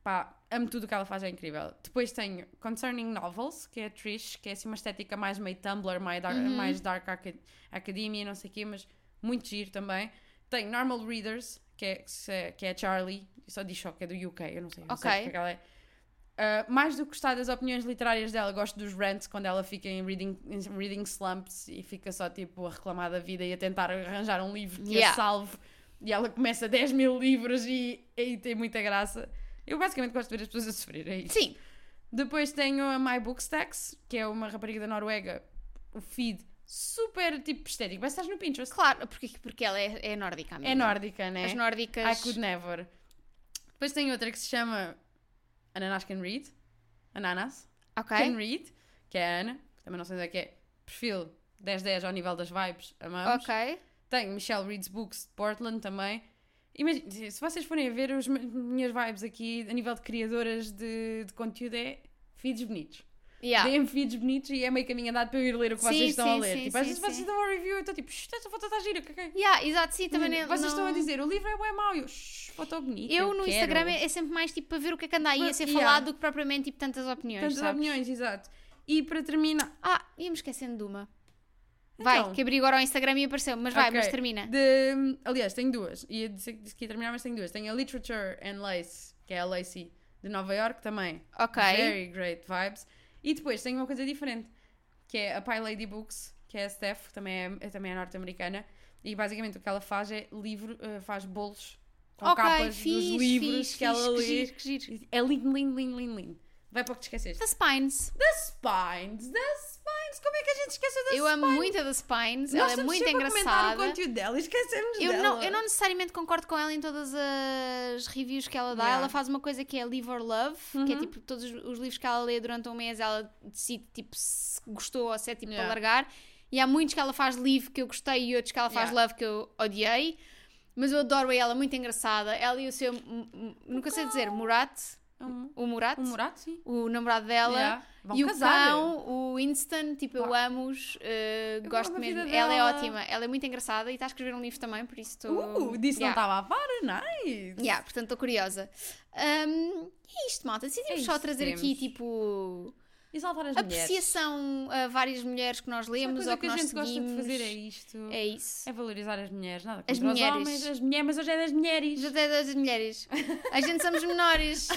S1: Pá, amo tudo o que ela faz, é incrível. Depois tenho Concerning Novels, que é a Trish, que é assim uma estética mais meio Tumblr, mais dark,
S2: Uhum.
S1: mais dark aca- academia, não sei o quê, mas muito giro também. Tenho Normal Readers, que é, que se- que é a Charlie, eu só diz só que é do UK, eu não sei, eu não sei
S2: Ok.
S1: porque ela é. Ah, mais do que gostar das opiniões literárias dela, gosto dos rants quando ela fica em reading, em reading slumps e fica só tipo a reclamar da vida e a tentar arranjar um livro que
S2: Yeah.
S1: a salve. E ela começa 10 mil livros e, e tem muita graça. Eu basicamente gosto de ver as pessoas a sofrer, é isso.
S2: Sim,
S1: Depois tenho a My Bookstacks, que é uma rapariga da Noruega, o feed super tipo estético. Mas estás no Pinterest.
S2: claro, porque, porque ela é, é nórdica, amiga.
S1: É nórdica, né?
S2: As nórdicas.
S1: I could never. Depois tem outra que se chama Ananas Can Read. Ananas
S2: Ok.
S1: Can Read, que é a Ana, que também não sei onde é que é. Perfil 10-10 ao nível das vibes, amamos.
S2: Ok.
S1: Tenho Michelle Reads Books de Portland também. Imagina, se vocês forem a ver as mi- minhas vibes aqui a nível de criadoras de, de conteúdo é feeds bonitos.
S2: Yeah.
S1: Deem-me feeds bonitos e é meio caminho andado para eu ir ler o que
S2: Ah. Sim,
S1: vocês estão a
S2: sim,
S1: ler.
S2: sim,
S1: tipo, às
S2: sim,
S1: vezes vocês
S2: sim.
S1: dão uma review e eu estou tipo, "Shh, esta foto está gira, caguei.
S2: Yeah, exato, sim, também não-
S1: é?" Vocês
S2: não-
S1: estão a dizer, o livro é bem mau. E eu, "Shh, foto bonita.
S2: Eu no
S1: quero."
S2: Instagram é é sempre mais tipo para ver o que é que anda aí a ser
S1: Yeah.
S2: falado do que propriamente tipo tantas opiniões.
S1: Tantas
S2: sabes?
S1: opiniões, exato. E para terminar,
S2: Ah, ia-me esquecendo de uma. Vai,
S1: Então.
S2: que abri agora o Instagram e apareceu, mas vai,
S1: Ok.
S2: mas termina.
S1: De- aliás, tenho duas. Ia dizer que disse que ia terminar, mas tenho duas. Tenho a Literature and Lace, que é a Lacey de Nova York também.
S2: Ok.
S1: Very great vibes. E depois tenho uma coisa diferente, que é a Pie Lady Books, que é a Steph, que também é, é também é norte-americana. E basicamente o que ela faz é livro, eh, faz bolos com
S2: ok,
S1: capas
S2: fixe,
S1: dos livros
S2: fixe,
S1: que ela
S2: fixe, que
S1: lê.
S2: giro, que giro.
S1: É lindo, lindo, lindo, lindo, lindo. Vai para o que te esqueceste.
S2: The Spines.
S1: The Spines, The Spines. Como é que a gente esqueceu da
S2: eu
S1: Spines?
S2: amo muito a The Spines,
S1: Nós
S2: ela é
S1: estamos
S2: muito
S1: sempre a comentar o
S2: engraçada.
S1: conteúdo dela e esquecemos
S2: Eu
S1: dela.
S2: não, eu não necessariamente concordo com ela em todas as reviews que ela dá.
S1: Yeah. Uhum.
S2: Ela faz uma coisa que é Live or Love, que é tipo todos os, os livros que ela lê durante um mês, ela decide tipo se gostou ou se é tipo
S1: Yeah.
S2: para largar. E há muitos que ela faz live que eu gostei e outros que ela faz
S1: Yeah.
S2: love que eu odiei. Mas eu adoro ela, muito engraçada. Ela e o seu, m- m- nunca sei dizer, Murat,
S1: Uhum.
S2: o Murat,
S1: O
S2: o,
S1: Morato, sim.
S2: namorado dela.
S1: Yeah. Vão
S2: E o
S1: casar.
S2: cão, o Winston, tipo, eu amo-os, uh, gosto
S1: amo a
S2: mesmo.
S1: vida
S2: Ela é
S1: dela.
S2: ótima, ela é muito engraçada e está a escrever um livro também, por isso estou.
S1: Uh, disse que não
S2: Yeah.
S1: estava à vara, nice.
S2: Yeah, portanto estou curiosa. Um, e é isto, malta. Decidimos
S1: É isto
S2: só
S1: que
S2: trazer aqui,
S1: temos.
S2: tipo,
S1: E salvar as mulheres. é
S2: apreciação a várias mulheres que nós
S1: Uma
S2: lemos
S1: coisa
S2: ou
S1: que,
S2: que,
S1: a
S2: nós
S1: gente
S2: seguimos.
S1: gosta de fazer é isto. É,
S2: É isso.
S1: valorizar as mulheres, nada contra
S2: As
S1: os
S2: mulheres.
S1: homens, as mulheres, mas hoje é das mulheres.
S2: Já até das mulheres. A gente somos menores.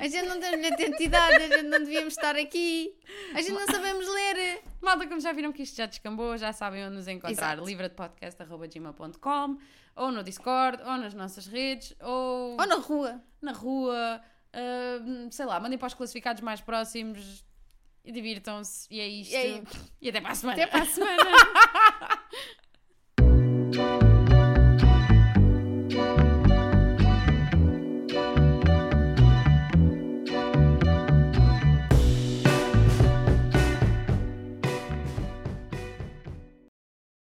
S2: A gente não tem mulher de identidade. A gente não devíamos estar aqui. A gente não sabemos ler.
S1: Malta, como já viram que isto já descambou, já sabem onde nos encontrar.
S2: Exato.
S1: livradepodcast.gmail.com ou no Discord, ou nas nossas redes, ou,
S2: Ou na rua.
S1: na rua, ah, sei lá, mandem para os classificados mais próximos e divirtam-se. E é isto.
S2: E é-
S1: E até para a semana.
S2: Até para a semana.